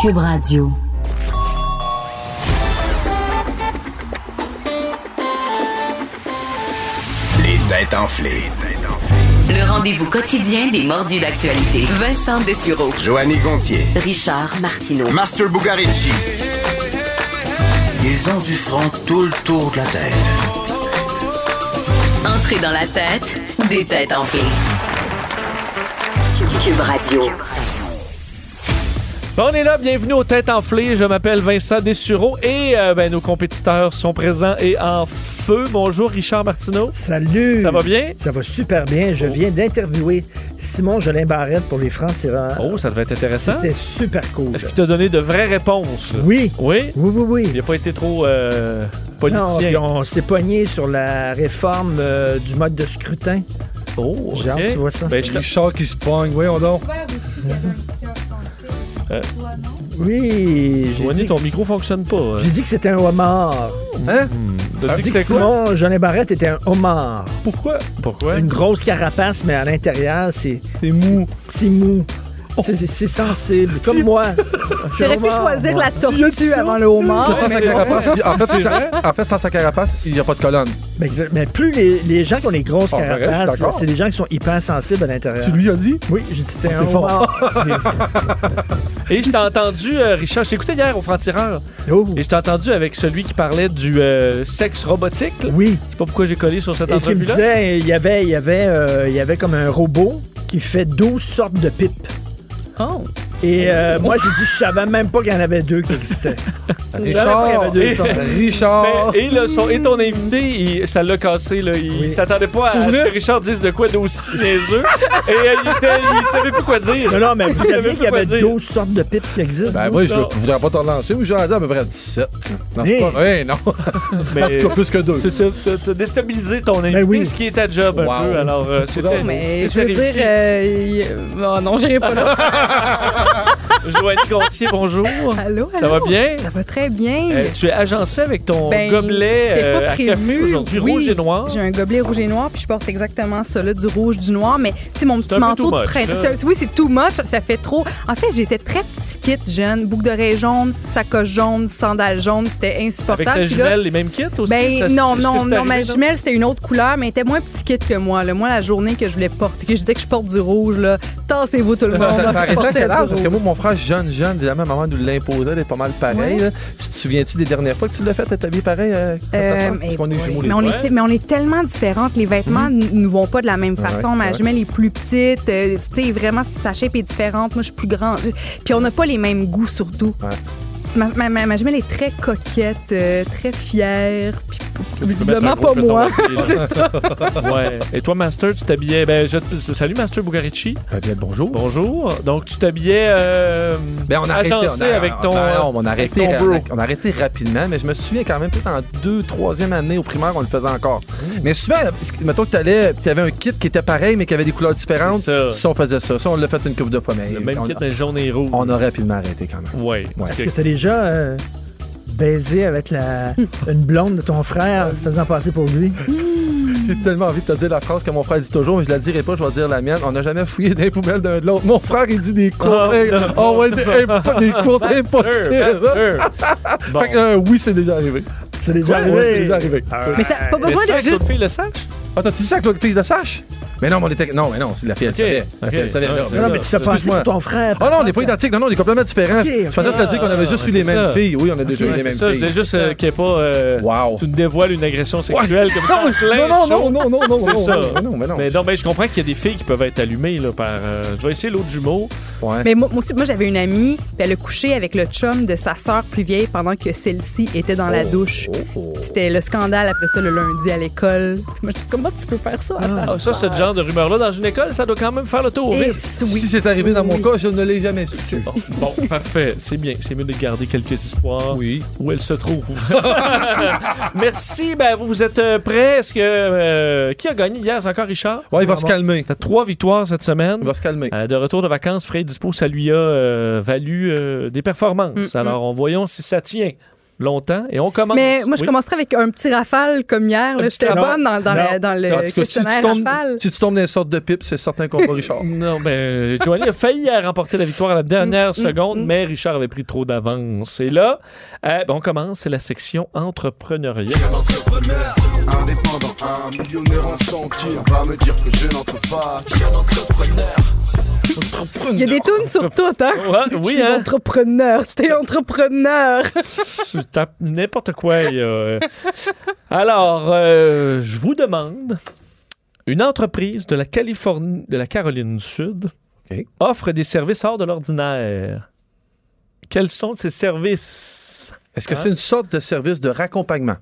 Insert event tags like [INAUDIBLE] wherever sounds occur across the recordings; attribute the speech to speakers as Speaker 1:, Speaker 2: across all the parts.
Speaker 1: Cube Radio.
Speaker 2: Les têtes enflées.
Speaker 1: Le rendez-vous quotidien des mordus d'actualité. Vincent Dessureau.
Speaker 2: Joanny Gontier.
Speaker 1: Richard Martineau.
Speaker 2: Master Bugarici. Ils ont du front tout le tour de la tête.
Speaker 1: Entrée dans la tête des têtes enflées. Cube- Cube Radio.
Speaker 3: Bon, on est là, bienvenue aux Têtes Enflées. Je m'appelle Vincent Dessureau et euh, ben, nos compétiteurs sont présents et en feu. Bonjour Richard Martineau.
Speaker 4: Salut!
Speaker 3: Ça va bien? Oh.
Speaker 4: Ça va super bien. Je viens d'interviewer Simon Jolin Barrette pour les francs-tireurs.
Speaker 3: Oh, ça devait être intéressant.
Speaker 4: C'était super cool.
Speaker 3: Est-ce qu'il t'a donné de vraies réponses? là?
Speaker 4: Oui.
Speaker 3: Oui?
Speaker 4: Oui, oui, oui.
Speaker 3: Il n'a pas été trop euh, politicien.
Speaker 4: Non, on s'est poigné sur la réforme euh, du mode de scrutin.
Speaker 3: Oh,
Speaker 4: J'ai
Speaker 3: ok.
Speaker 4: hâte, tu vois ça.
Speaker 3: Ben, je-
Speaker 5: Richard qui se pogne, voyons donc.
Speaker 3: Euh,
Speaker 4: Oui, j'ai
Speaker 3: Joanie,
Speaker 4: dit,
Speaker 3: ton micro fonctionne pas. hein?
Speaker 4: j'ai dit que c'était un homard.
Speaker 3: Hein?
Speaker 4: J'ai
Speaker 3: T'as dit que
Speaker 4: dit que
Speaker 3: c'était quoi?
Speaker 4: Simon Jolin Barrette était un homard.
Speaker 5: Pourquoi?
Speaker 3: Pourquoi?
Speaker 4: Une grosse carapace, mais à l'intérieur, c'est
Speaker 5: C'est mou.
Speaker 4: c'est mou.
Speaker 3: Oh.
Speaker 4: C'est c'est- c'est sensible, comme
Speaker 3: [LAUGHS]
Speaker 4: moi. Je suis
Speaker 6: J'aurais pu
Speaker 4: homard,
Speaker 6: choisir
Speaker 4: moi.
Speaker 6: la tortue avant le homard.
Speaker 5: Sans sa
Speaker 3: Ah mais-
Speaker 5: carapace, il- en, fait,
Speaker 3: C'est
Speaker 5: sans-
Speaker 3: vrai?
Speaker 5: en fait, sans sa carapace, il n'y a pas de colonne.
Speaker 4: Mais, mais Ben, plus les, les gens qui ont les grosses
Speaker 5: Ah, ben, je suis
Speaker 4: carapaces,
Speaker 5: d'accord.
Speaker 4: c'est des gens qui sont hyper sensibles à l'intérieur.
Speaker 5: Tu lui as dit?
Speaker 4: Oui, j'ai dit, t'es
Speaker 5: Ah,
Speaker 4: un
Speaker 5: t'es fort.
Speaker 4: homard.
Speaker 3: Et je t'ai entendu, euh, Richard, je t'écoutais hier au franc-tireur.
Speaker 5: [LAUGHS]
Speaker 4: Oh,
Speaker 3: Et je t'ai entendu avec celui qui parlait du euh, sexe robotique. là.
Speaker 4: oui.
Speaker 3: Je sais pas pourquoi j'ai collé sur cette
Speaker 4: Et qui me
Speaker 3: entrevue-là.
Speaker 4: disait, il y avait, il y avait, euh, il y avait comme un robot qui fait 12 sortes de pipes.
Speaker 6: Oh.
Speaker 4: Et euh, moi, j'ai dit, je savais même pas qu'il y en avait deux qui existaient. Je savais pas qu'il y
Speaker 5: Richard!
Speaker 4: avait deux sortes.
Speaker 5: Richard!
Speaker 3: Mais- et, le son, et ton invité, il- ça l'a cassé. Là. Il
Speaker 4: Oh. Oui.
Speaker 3: s'attendait pas à ce que Richard dise de quoi d'aussi niaiseux. et euh, il, était, il savait plus quoi dire.
Speaker 4: Non, non,
Speaker 5: [LAUGHS]
Speaker 4: mais vous
Speaker 3: Je savais
Speaker 4: saviez
Speaker 3: plus
Speaker 4: qu'il y avait
Speaker 3: quoi dire.
Speaker 4: 12 sortes de pipes qui existent.
Speaker 5: Ben
Speaker 4: vous?
Speaker 5: moi, je ne voudrais pas te relancer, mais j'ai rendu à peu près à 17. Non, c'est
Speaker 4: Hey.
Speaker 5: pas vrai, non.
Speaker 3: Mais,
Speaker 5: En tout cas, plus que deux.
Speaker 3: tu- tu- tu- T'as déstabilisé ton invité,
Speaker 4: Ben oui.
Speaker 3: ce qui est ta job un
Speaker 5: Wow.
Speaker 3: peu. Alors, euh, c'était
Speaker 5: Non,
Speaker 6: Mais je
Speaker 3: c'était
Speaker 6: veux
Speaker 3: réussi.
Speaker 6: dire, euh, il- oh non, j'irai
Speaker 3: [LAUGHS]
Speaker 6: pas là.
Speaker 3: Joanie Gontier, bonjour.
Speaker 6: euh, Allô,
Speaker 3: Ça
Speaker 6: allô?
Speaker 3: va bien?
Speaker 6: Ça va très bien.
Speaker 3: Euh, tu es agencé avec ton
Speaker 6: Ben,
Speaker 3: gobelet
Speaker 6: c'était pas
Speaker 3: euh, à
Speaker 6: prévu.
Speaker 3: café aujourd'hui,
Speaker 6: Oui,
Speaker 3: rouge et noir.
Speaker 6: J'ai un gobelet rouge et noir, puis je porte exactement ça là, du rouge, du noir. Mais tu sais, mon
Speaker 3: un
Speaker 6: petit
Speaker 3: peu
Speaker 6: manteau
Speaker 3: too
Speaker 6: de
Speaker 3: much,
Speaker 6: printemps.
Speaker 3: là.
Speaker 6: c'est un- Oui, c'est too much. Ça fait trop. En fait, j'étais très petit kit jeune. Boucle d'oreilles jaune, sacoche jaune, sandales jaunes. C'était
Speaker 3: Avec
Speaker 6: insupportable.
Speaker 3: ta
Speaker 6: Puis là,
Speaker 3: jumelle, les mêmes kits aussi?
Speaker 6: Ben
Speaker 3: Ça-
Speaker 6: non,
Speaker 3: est-ce que
Speaker 6: non,
Speaker 3: c'est
Speaker 6: non,
Speaker 3: arrivé,
Speaker 6: ma
Speaker 3: ça?
Speaker 6: jumelle, c'était une autre couleur, mais elle était moins petite que moi. Là. Moi, la journée que je voulais porter, que je disais que je porte du rouge, là, tassez-vous tout le
Speaker 3: [LAUGHS]
Speaker 6: monde. là,
Speaker 5: T'as
Speaker 6: je
Speaker 5: arrêté à
Speaker 6: portais
Speaker 5: quel
Speaker 6: du
Speaker 5: âge? Parce
Speaker 6: rouge.
Speaker 5: que moi, mon frère jeune, jeune, évidemment, maman nous l'imposait, elle est pas mal pareil.
Speaker 6: Ouais.
Speaker 5: là. Tu te souviens-tu des dernières fois que tu l'as fait, t'es habillé pareil? euh, comme ta
Speaker 6: Euh,
Speaker 5: sœur?
Speaker 6: mais
Speaker 5: Parce qu'on est
Speaker 6: oui.
Speaker 5: jumeaux les
Speaker 6: mais, on
Speaker 5: deux.
Speaker 6: est, mais on est tellement différentes. Les vêtements
Speaker 3: Mhm.
Speaker 6: ne vont pas de la même façon. Ma
Speaker 5: ouais.
Speaker 6: jumelle est plus petite. euh, tu sais, vraiment, sa shape est différente. Moi, je suis plus grande. Puis on n'a pas les mêmes goûts, surtout.
Speaker 5: Ouais.
Speaker 6: Ma, ma- ma- ma jumelle est très coquette, euh, très fière. Puis
Speaker 3: Tu peux
Speaker 6: visiblement
Speaker 3: mettre un
Speaker 6: pas
Speaker 3: gros
Speaker 6: moi.
Speaker 3: pétard
Speaker 6: [LAUGHS]
Speaker 3: dans le pied, là. Ouais. Et toi, Master, tu t'habillais. Ben, je te- Salut, Master Bugarici.
Speaker 5: Ben, bien, bonjour.
Speaker 3: Bonjour. Donc, tu t'habillais euh,
Speaker 5: Ben, on a arrêté,
Speaker 3: agencé
Speaker 5: on a-
Speaker 3: avec ton.
Speaker 5: non, non, on a
Speaker 3: avec
Speaker 5: arrêté,
Speaker 3: ton bro.
Speaker 5: ra- on a arrêté rapidement, mais je me souviens quand même, peut-être en deux, troisième année au primaire, on le faisait encore.
Speaker 3: Hmm.
Speaker 5: Mais souvent, mettons que t'allais, tu avais un kit qui était pareil, mais qui avait des couleurs différentes.
Speaker 3: C'est ça.
Speaker 5: Si on faisait ça, ça, on l'a fait une couple de fois, mais
Speaker 3: le même
Speaker 5: on,
Speaker 3: kit de jaune et rouge.
Speaker 5: on a rapidement arrêté quand même.
Speaker 3: Ouais.
Speaker 5: [LAUGHS] Ouais.
Speaker 4: Est-ce que t'as déjà euh, baisé avec la, une blonde de ton frère, te faisant passer pour lui?
Speaker 3: Hmm.
Speaker 5: J'ai tellement envie de te dire la phrase que mon frère dit toujours, mais je la dirai pas, je vais dire la mienne. On n'a jamais fouillé des poubelles d'un de l'autre. Mon frère, il dit des courtes.
Speaker 3: Oh,
Speaker 5: eh,
Speaker 3: non.
Speaker 5: oh, ouais, des, eh, des courtes
Speaker 3: Master,
Speaker 5: impossibles.
Speaker 3: Master. Bon.
Speaker 5: [LAUGHS] Fait que, euh, oui, c'est déjà arrivé.
Speaker 4: C'est déjà
Speaker 5: Ouais,
Speaker 4: arrivé.
Speaker 5: ouais, c'est déjà arrivé.
Speaker 6: Mais ça, pas
Speaker 3: Mais
Speaker 6: besoin
Speaker 3: ça,
Speaker 6: de juste.
Speaker 3: Claude Fille le sache?
Speaker 5: Attends, tu dis Ah, ça avec l'autre fille de Sache? Mais non, mais on était. Non, mais non, c'est la fille, elle
Speaker 3: Ok,
Speaker 5: savait. La fille,
Speaker 3: ok.
Speaker 5: elle savait.
Speaker 3: Ouais,
Speaker 5: là.
Speaker 3: c'est
Speaker 4: Non,
Speaker 3: ça.
Speaker 4: non, mais tu te fais passer
Speaker 5: Excuse-moi.
Speaker 4: pour ton frère.
Speaker 5: Oh non, on n'est pas identiques. Non, non, on est complètement différents.
Speaker 4: Ok, ok.
Speaker 5: Je pensais que tu dire qu'on avait juste eu
Speaker 3: Ah,
Speaker 5: les
Speaker 3: c'est
Speaker 5: mêmes
Speaker 3: ça.
Speaker 5: filles. Oui, on a déjà eu les
Speaker 3: C'est
Speaker 5: mêmes
Speaker 3: ça, je voulais
Speaker 5: filles.
Speaker 3: juste euh, qu'il n'y ait pas. euh,
Speaker 5: Wow.
Speaker 3: Tu nous dévoiles une agression sexuelle comme ça. en plein
Speaker 5: [LAUGHS] Non, non,
Speaker 3: show.
Speaker 5: non, non, non, non.
Speaker 3: C'est
Speaker 5: non,
Speaker 3: ça.
Speaker 5: mais Non, mais non.
Speaker 3: Mais non, ben, je comprends qu'il y a des filles qui peuvent être allumées là, par. euh, Je vais essayer l'autre jumeau.
Speaker 5: Ouais.
Speaker 6: Mais moi, moi aussi, moi j'avais une amie, puis elle a couché avec le chum de sa sœur plus vieille pendant que celle-ci était dans la douche.
Speaker 5: Oh, oh.
Speaker 6: Puis C'était le scandale après ça le lundi à l'école. Puis Moi, j'étais comme Comment tu peux faire ça?
Speaker 3: Ah, ça, ce genre de rumeur-là, dans une école, ça doit quand même faire le tour.
Speaker 6: Eh,
Speaker 3: Mais-
Speaker 6: oui.
Speaker 5: Si c'est arrivé dans mon cas, je ne l'ai jamais su.
Speaker 3: Bon, Oh, bon, [LAUGHS] parfait. C'est bien. C'est mieux de garder quelques histoires
Speaker 5: Oui.
Speaker 3: où elles se
Speaker 5: [LAUGHS]
Speaker 3: trouvent. [LAUGHS] Merci. Ben, vous, vous êtes euh, prêts? Est-ce que... euh, qui a gagné hier? C'est encore Richard?
Speaker 5: Ouais, il va se calmer.
Speaker 3: T'as trois victoires cette semaine.
Speaker 5: Il va se calmer.
Speaker 3: Euh, de retour de vacances, Fred Dispo, ça lui a euh, valu euh, des performances.
Speaker 6: Mm,
Speaker 3: Alors, on voyons si ça tient longtemps. Et on commence.
Speaker 6: Mais moi, je
Speaker 3: Oui.
Speaker 6: commencerai avec un petit rafale comme hier. là.
Speaker 3: petit
Speaker 6: J'étais
Speaker 3: rafale.
Speaker 6: bonne dans, dans
Speaker 3: Non.
Speaker 6: la- dans
Speaker 5: En tout
Speaker 6: le
Speaker 5: cas, si tu
Speaker 6: questionnaire
Speaker 5: tombes,
Speaker 6: rafale.
Speaker 5: si tu tombes dans une sorte de pipe, c'est certain qu'on [LAUGHS] va Richard.
Speaker 3: Non, ben, Joanie a failli à remporter la victoire à la
Speaker 6: Mm,
Speaker 3: dernière seconde, mais Richard avait pris trop d'avance. Et là, euh, ben, on commence, c'est la section
Speaker 5: [LAUGHS]
Speaker 3: entrepreneuriat.
Speaker 7: Indépendant, un millionnaire en sentir Va me dire que je n'entre pas Jeune entrepreneur
Speaker 6: Il y a des tunes sur tout, hein?
Speaker 3: Ouais, oui,
Speaker 6: je suis
Speaker 3: hein?
Speaker 6: entrepreneur, t'es entrepreneur.
Speaker 3: Tu tapes n'importe quoi. il y a, euh. Alors, euh, je vous demande, une entreprise de la Californie, de la Caroline du Sud,
Speaker 5: OK.
Speaker 3: offre des services hors de l'ordinaire. Quels sont ces services
Speaker 5: Est-ce que c'est une sorte de service de raccompagnement?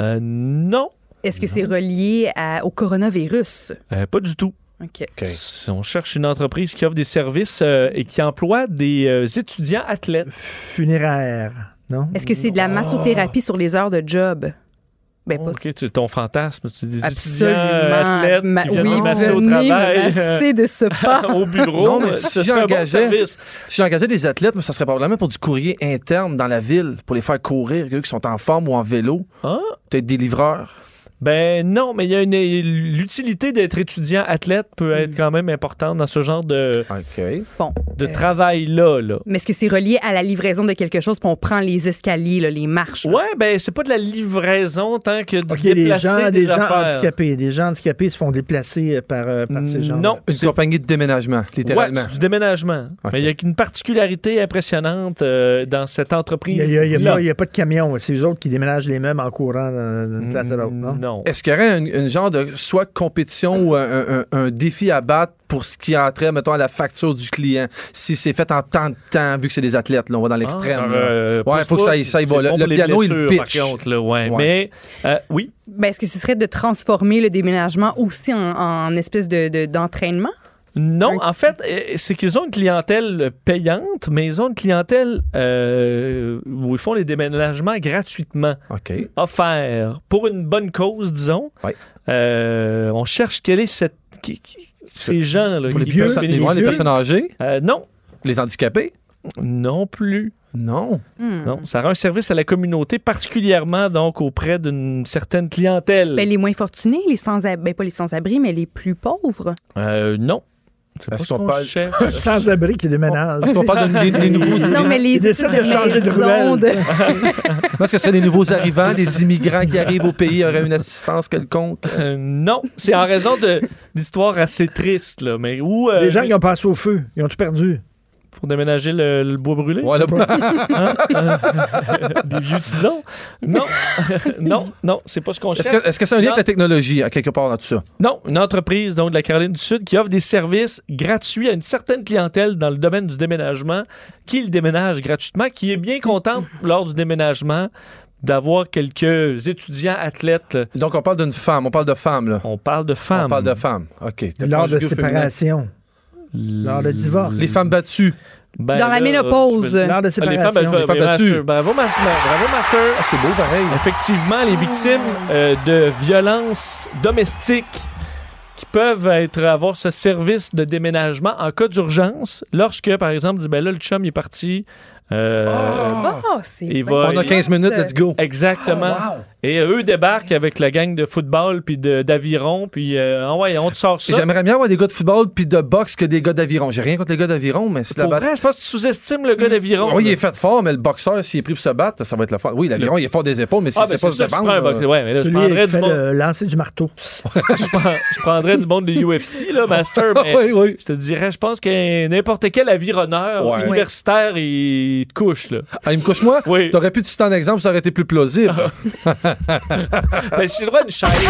Speaker 3: Euh, Non,
Speaker 6: Est-ce que c'est relié à- au coronavirus?
Speaker 3: Euh, pas du tout.
Speaker 6: OK.
Speaker 3: Si on cherche une entreprise qui offre des services euh, et qui emploie des euh, étudiants athlètes.
Speaker 4: Funéraire, non?
Speaker 6: Est-ce que c'est de la massothérapie sur les heures de job? Ben, pas
Speaker 3: Ok, tu ton fantasme, tu dis étudiants
Speaker 6: absolument.
Speaker 3: euh, athlètes
Speaker 6: Ma-
Speaker 3: qui
Speaker 6: oui,
Speaker 3: viennent
Speaker 6: venez
Speaker 3: masser au
Speaker 6: me
Speaker 3: travail,
Speaker 6: masser
Speaker 3: [LAUGHS]
Speaker 6: de ce pas.
Speaker 3: euh, au bureau.
Speaker 5: Non, mais
Speaker 3: euh,
Speaker 5: si
Speaker 3: ce serait un bon
Speaker 5: j'engageais-
Speaker 3: service.
Speaker 5: Si j'engageais des athlètes, moi, ça serait probablement pour du courrier interne dans la ville, pour les faire courir, eux qui sont en forme ou en vélo.
Speaker 3: Hein?
Speaker 5: Peut-être des livreurs.
Speaker 3: Ben non, mais il y a une l'utilité d'être étudiant athlète peut être quand même importante dans ce genre de,
Speaker 5: OK.
Speaker 3: de travail là là.
Speaker 6: Mais est-ce que c'est relié à la livraison de quelque chose puis on prend les escaliers, là, les marches?
Speaker 3: Ouais, ben c'est pas de la livraison tant que de
Speaker 4: OK, des
Speaker 3: déplacer
Speaker 4: gens,
Speaker 3: des,
Speaker 4: des gens
Speaker 3: affaires.
Speaker 4: handicapés. Des gens handicapés se font déplacer euh, par, euh, par ces gens
Speaker 3: Non,
Speaker 5: Une compagnie de déménagement,
Speaker 3: Ouais,
Speaker 5: littéralement.
Speaker 3: c'est du déménagement.
Speaker 5: Ok.
Speaker 3: Mais il y a une particularité impressionnante euh, dans cette
Speaker 4: Il
Speaker 3: entreprise.
Speaker 4: n'y a, il y a- il y a
Speaker 3: là.
Speaker 4: pas- il y a pas de camion. C'est eux autres qui déménagent les mêmes en courant d'un- d'une place à l'autre, non?
Speaker 3: Non. Ah,
Speaker 5: Est-ce qu'il y aurait un, un genre de soit compétition ou un, un- un défi à battre pour ce qui entrait, mettons, à la facture du client, si c'est fait en tant de temps, vu que c'est des athlètes, là, on va dans l'extrême.
Speaker 3: Ah,
Speaker 5: là.
Speaker 3: euh,
Speaker 5: Ouais,
Speaker 3: pousse
Speaker 5: faut que ça
Speaker 3: pas,
Speaker 5: aille- ça aille
Speaker 3: c'est
Speaker 5: voir. Le-
Speaker 3: bon
Speaker 5: le
Speaker 3: pour les
Speaker 5: piano, il
Speaker 3: blessures,
Speaker 5: pitch.
Speaker 3: par contre, là, ouais.
Speaker 5: Ouais.
Speaker 3: Mais euh, oui,
Speaker 6: Ben, est-ce que ce serait de transformer le déménagement aussi en, en espèce de, de- d'entraînement?
Speaker 3: Non,
Speaker 6: Un-
Speaker 3: en fait, euh, c'est qu'ils ont une clientèle euh, payante, mais ils ont une clientèle euh, où ils font les déménagements gratuitement,
Speaker 5: OK.
Speaker 3: offerts, pour une bonne cause, disons.
Speaker 5: Ouais.
Speaker 3: Euh, on cherche quelle est cette, qui- qui- ces gens-là.
Speaker 5: Pour les,
Speaker 3: qui
Speaker 5: vieux,
Speaker 3: peuvent
Speaker 5: les,
Speaker 3: bénéficier.
Speaker 5: les personnes âgées,
Speaker 3: Euh, non,
Speaker 5: les handicapés.
Speaker 3: non plus.
Speaker 5: Non.
Speaker 6: Hmm.
Speaker 3: Non, ça rend un service à la communauté, particulièrement donc auprès d'une certaine clientèle.
Speaker 6: Ben, les moins fortunés, les sans-abri, ben, pas les sans-abri, mais les plus pauvres.
Speaker 3: Euh, non. C'est pas
Speaker 5: Est-ce
Speaker 3: ce qu'on
Speaker 5: qu'on parle-
Speaker 3: cherche.
Speaker 4: [LAUGHS] Sans-abri qui déménage.
Speaker 5: Est-ce qu'on parle de- des, des nouveaux.
Speaker 6: Non, mais les
Speaker 4: Ils
Speaker 6: espèces
Speaker 4: décident de changer de
Speaker 6: maisons
Speaker 4: ruelle. [LAUGHS]
Speaker 6: de-
Speaker 5: Est-ce que ce serait des nouveaux arrivants, des immigrants qui arrivent au pays auraient une assistance quelconque?
Speaker 3: [LAUGHS] Euh, non, c'est en raison de- d'histoires assez tristes, là, mais où... euh,
Speaker 4: Les gens qui ont passé au feu, ils ont tout perdu.
Speaker 3: pour déménager le, le bois brûlé?
Speaker 5: Voilà.
Speaker 3: Des vieux tisons?
Speaker 5: [LAUGHS]
Speaker 3: Non, non, non, c'est pas ce qu'on
Speaker 5: Est-ce
Speaker 3: cherche.
Speaker 5: que, est-ce que c'est un lien avec la technologie, à quelque part, dans tout ça?
Speaker 3: Non, une entreprise donc, de la Caroline du Sud qui offre des services gratuits à une certaine clientèle dans le domaine du déménagement, qui le déménage gratuitement, qui est bien contente lors du déménagement d'avoir quelques étudiants athlètes. là.
Speaker 5: Donc, on parle d'une femme, on parle de femme, là.
Speaker 3: On parle de femmes.
Speaker 5: On parle de femme. OK.
Speaker 4: Lors de
Speaker 5: Conjugué au féminin.
Speaker 4: séparation. Lors de divorce.
Speaker 5: Les femmes battues.
Speaker 3: Ben,
Speaker 6: Dans
Speaker 3: là,
Speaker 6: la ménopause.
Speaker 3: je me-
Speaker 4: Lors de
Speaker 3: Ah, les femmes, ben,
Speaker 4: séparation.
Speaker 3: je-
Speaker 5: les femmes
Speaker 3: ben,
Speaker 5: battues.
Speaker 3: Master. Bravo, Master. Bravo, Master.
Speaker 5: Ah, c'est beau, pareil.
Speaker 3: Effectivement, les victimes euh, de violences domestiques qui peuvent être avoir ce service de déménagement en cas d'urgence, lorsque, par exemple, dit, ben là, le chum il est parti. euh,
Speaker 6: Ah, c'est
Speaker 3: Il
Speaker 6: bien
Speaker 3: va-
Speaker 5: On a 15 minutes, let's go.
Speaker 3: Exactement. Et euh, eux débarquent avec la gang de football puis de- d'aviron, puis euh, Ah ouais, on te sort ça.
Speaker 5: J'aimerais bien avoir des gars de football puis de boxe que des gars d'aviron. J'ai rien contre les gars d'aviron, mais si la
Speaker 3: Pour
Speaker 5: bataille.
Speaker 3: vrai, je pense que tu sous-estimes le gars d'aviron.
Speaker 5: Ah Oui, il
Speaker 3: là.
Speaker 5: est fait fort, mais le boxeur, s'il est pris pour se battre, ça va être la force. Oui, l'aviron, il est fort des épaules, mais s'il
Speaker 3: Ah,
Speaker 5: sait
Speaker 3: ben c'est
Speaker 5: pas se
Speaker 3: sûr que tu
Speaker 5: défendre.
Speaker 3: prends un boxeur.
Speaker 5: euh,
Speaker 3: Ouais, mais là, je
Speaker 4: Celui
Speaker 3: prendrais
Speaker 4: qui
Speaker 3: du
Speaker 4: fait
Speaker 3: monde.
Speaker 4: le lancer du marteau.
Speaker 3: je, prends- je prendrais du monde de UFC, là, Master, mais
Speaker 5: Oui, oui.
Speaker 3: je te dirais, je pense que n'importe quel avironneur
Speaker 5: Ouais.
Speaker 3: universitaire, il te couche, là.
Speaker 5: Ah, il me couche-moi?
Speaker 3: Oui. [LAUGHS]
Speaker 5: T'aurais pu te citer un exemple, ça aurait été plus plausible.
Speaker 3: Ben, j'ai le droit à une chaise.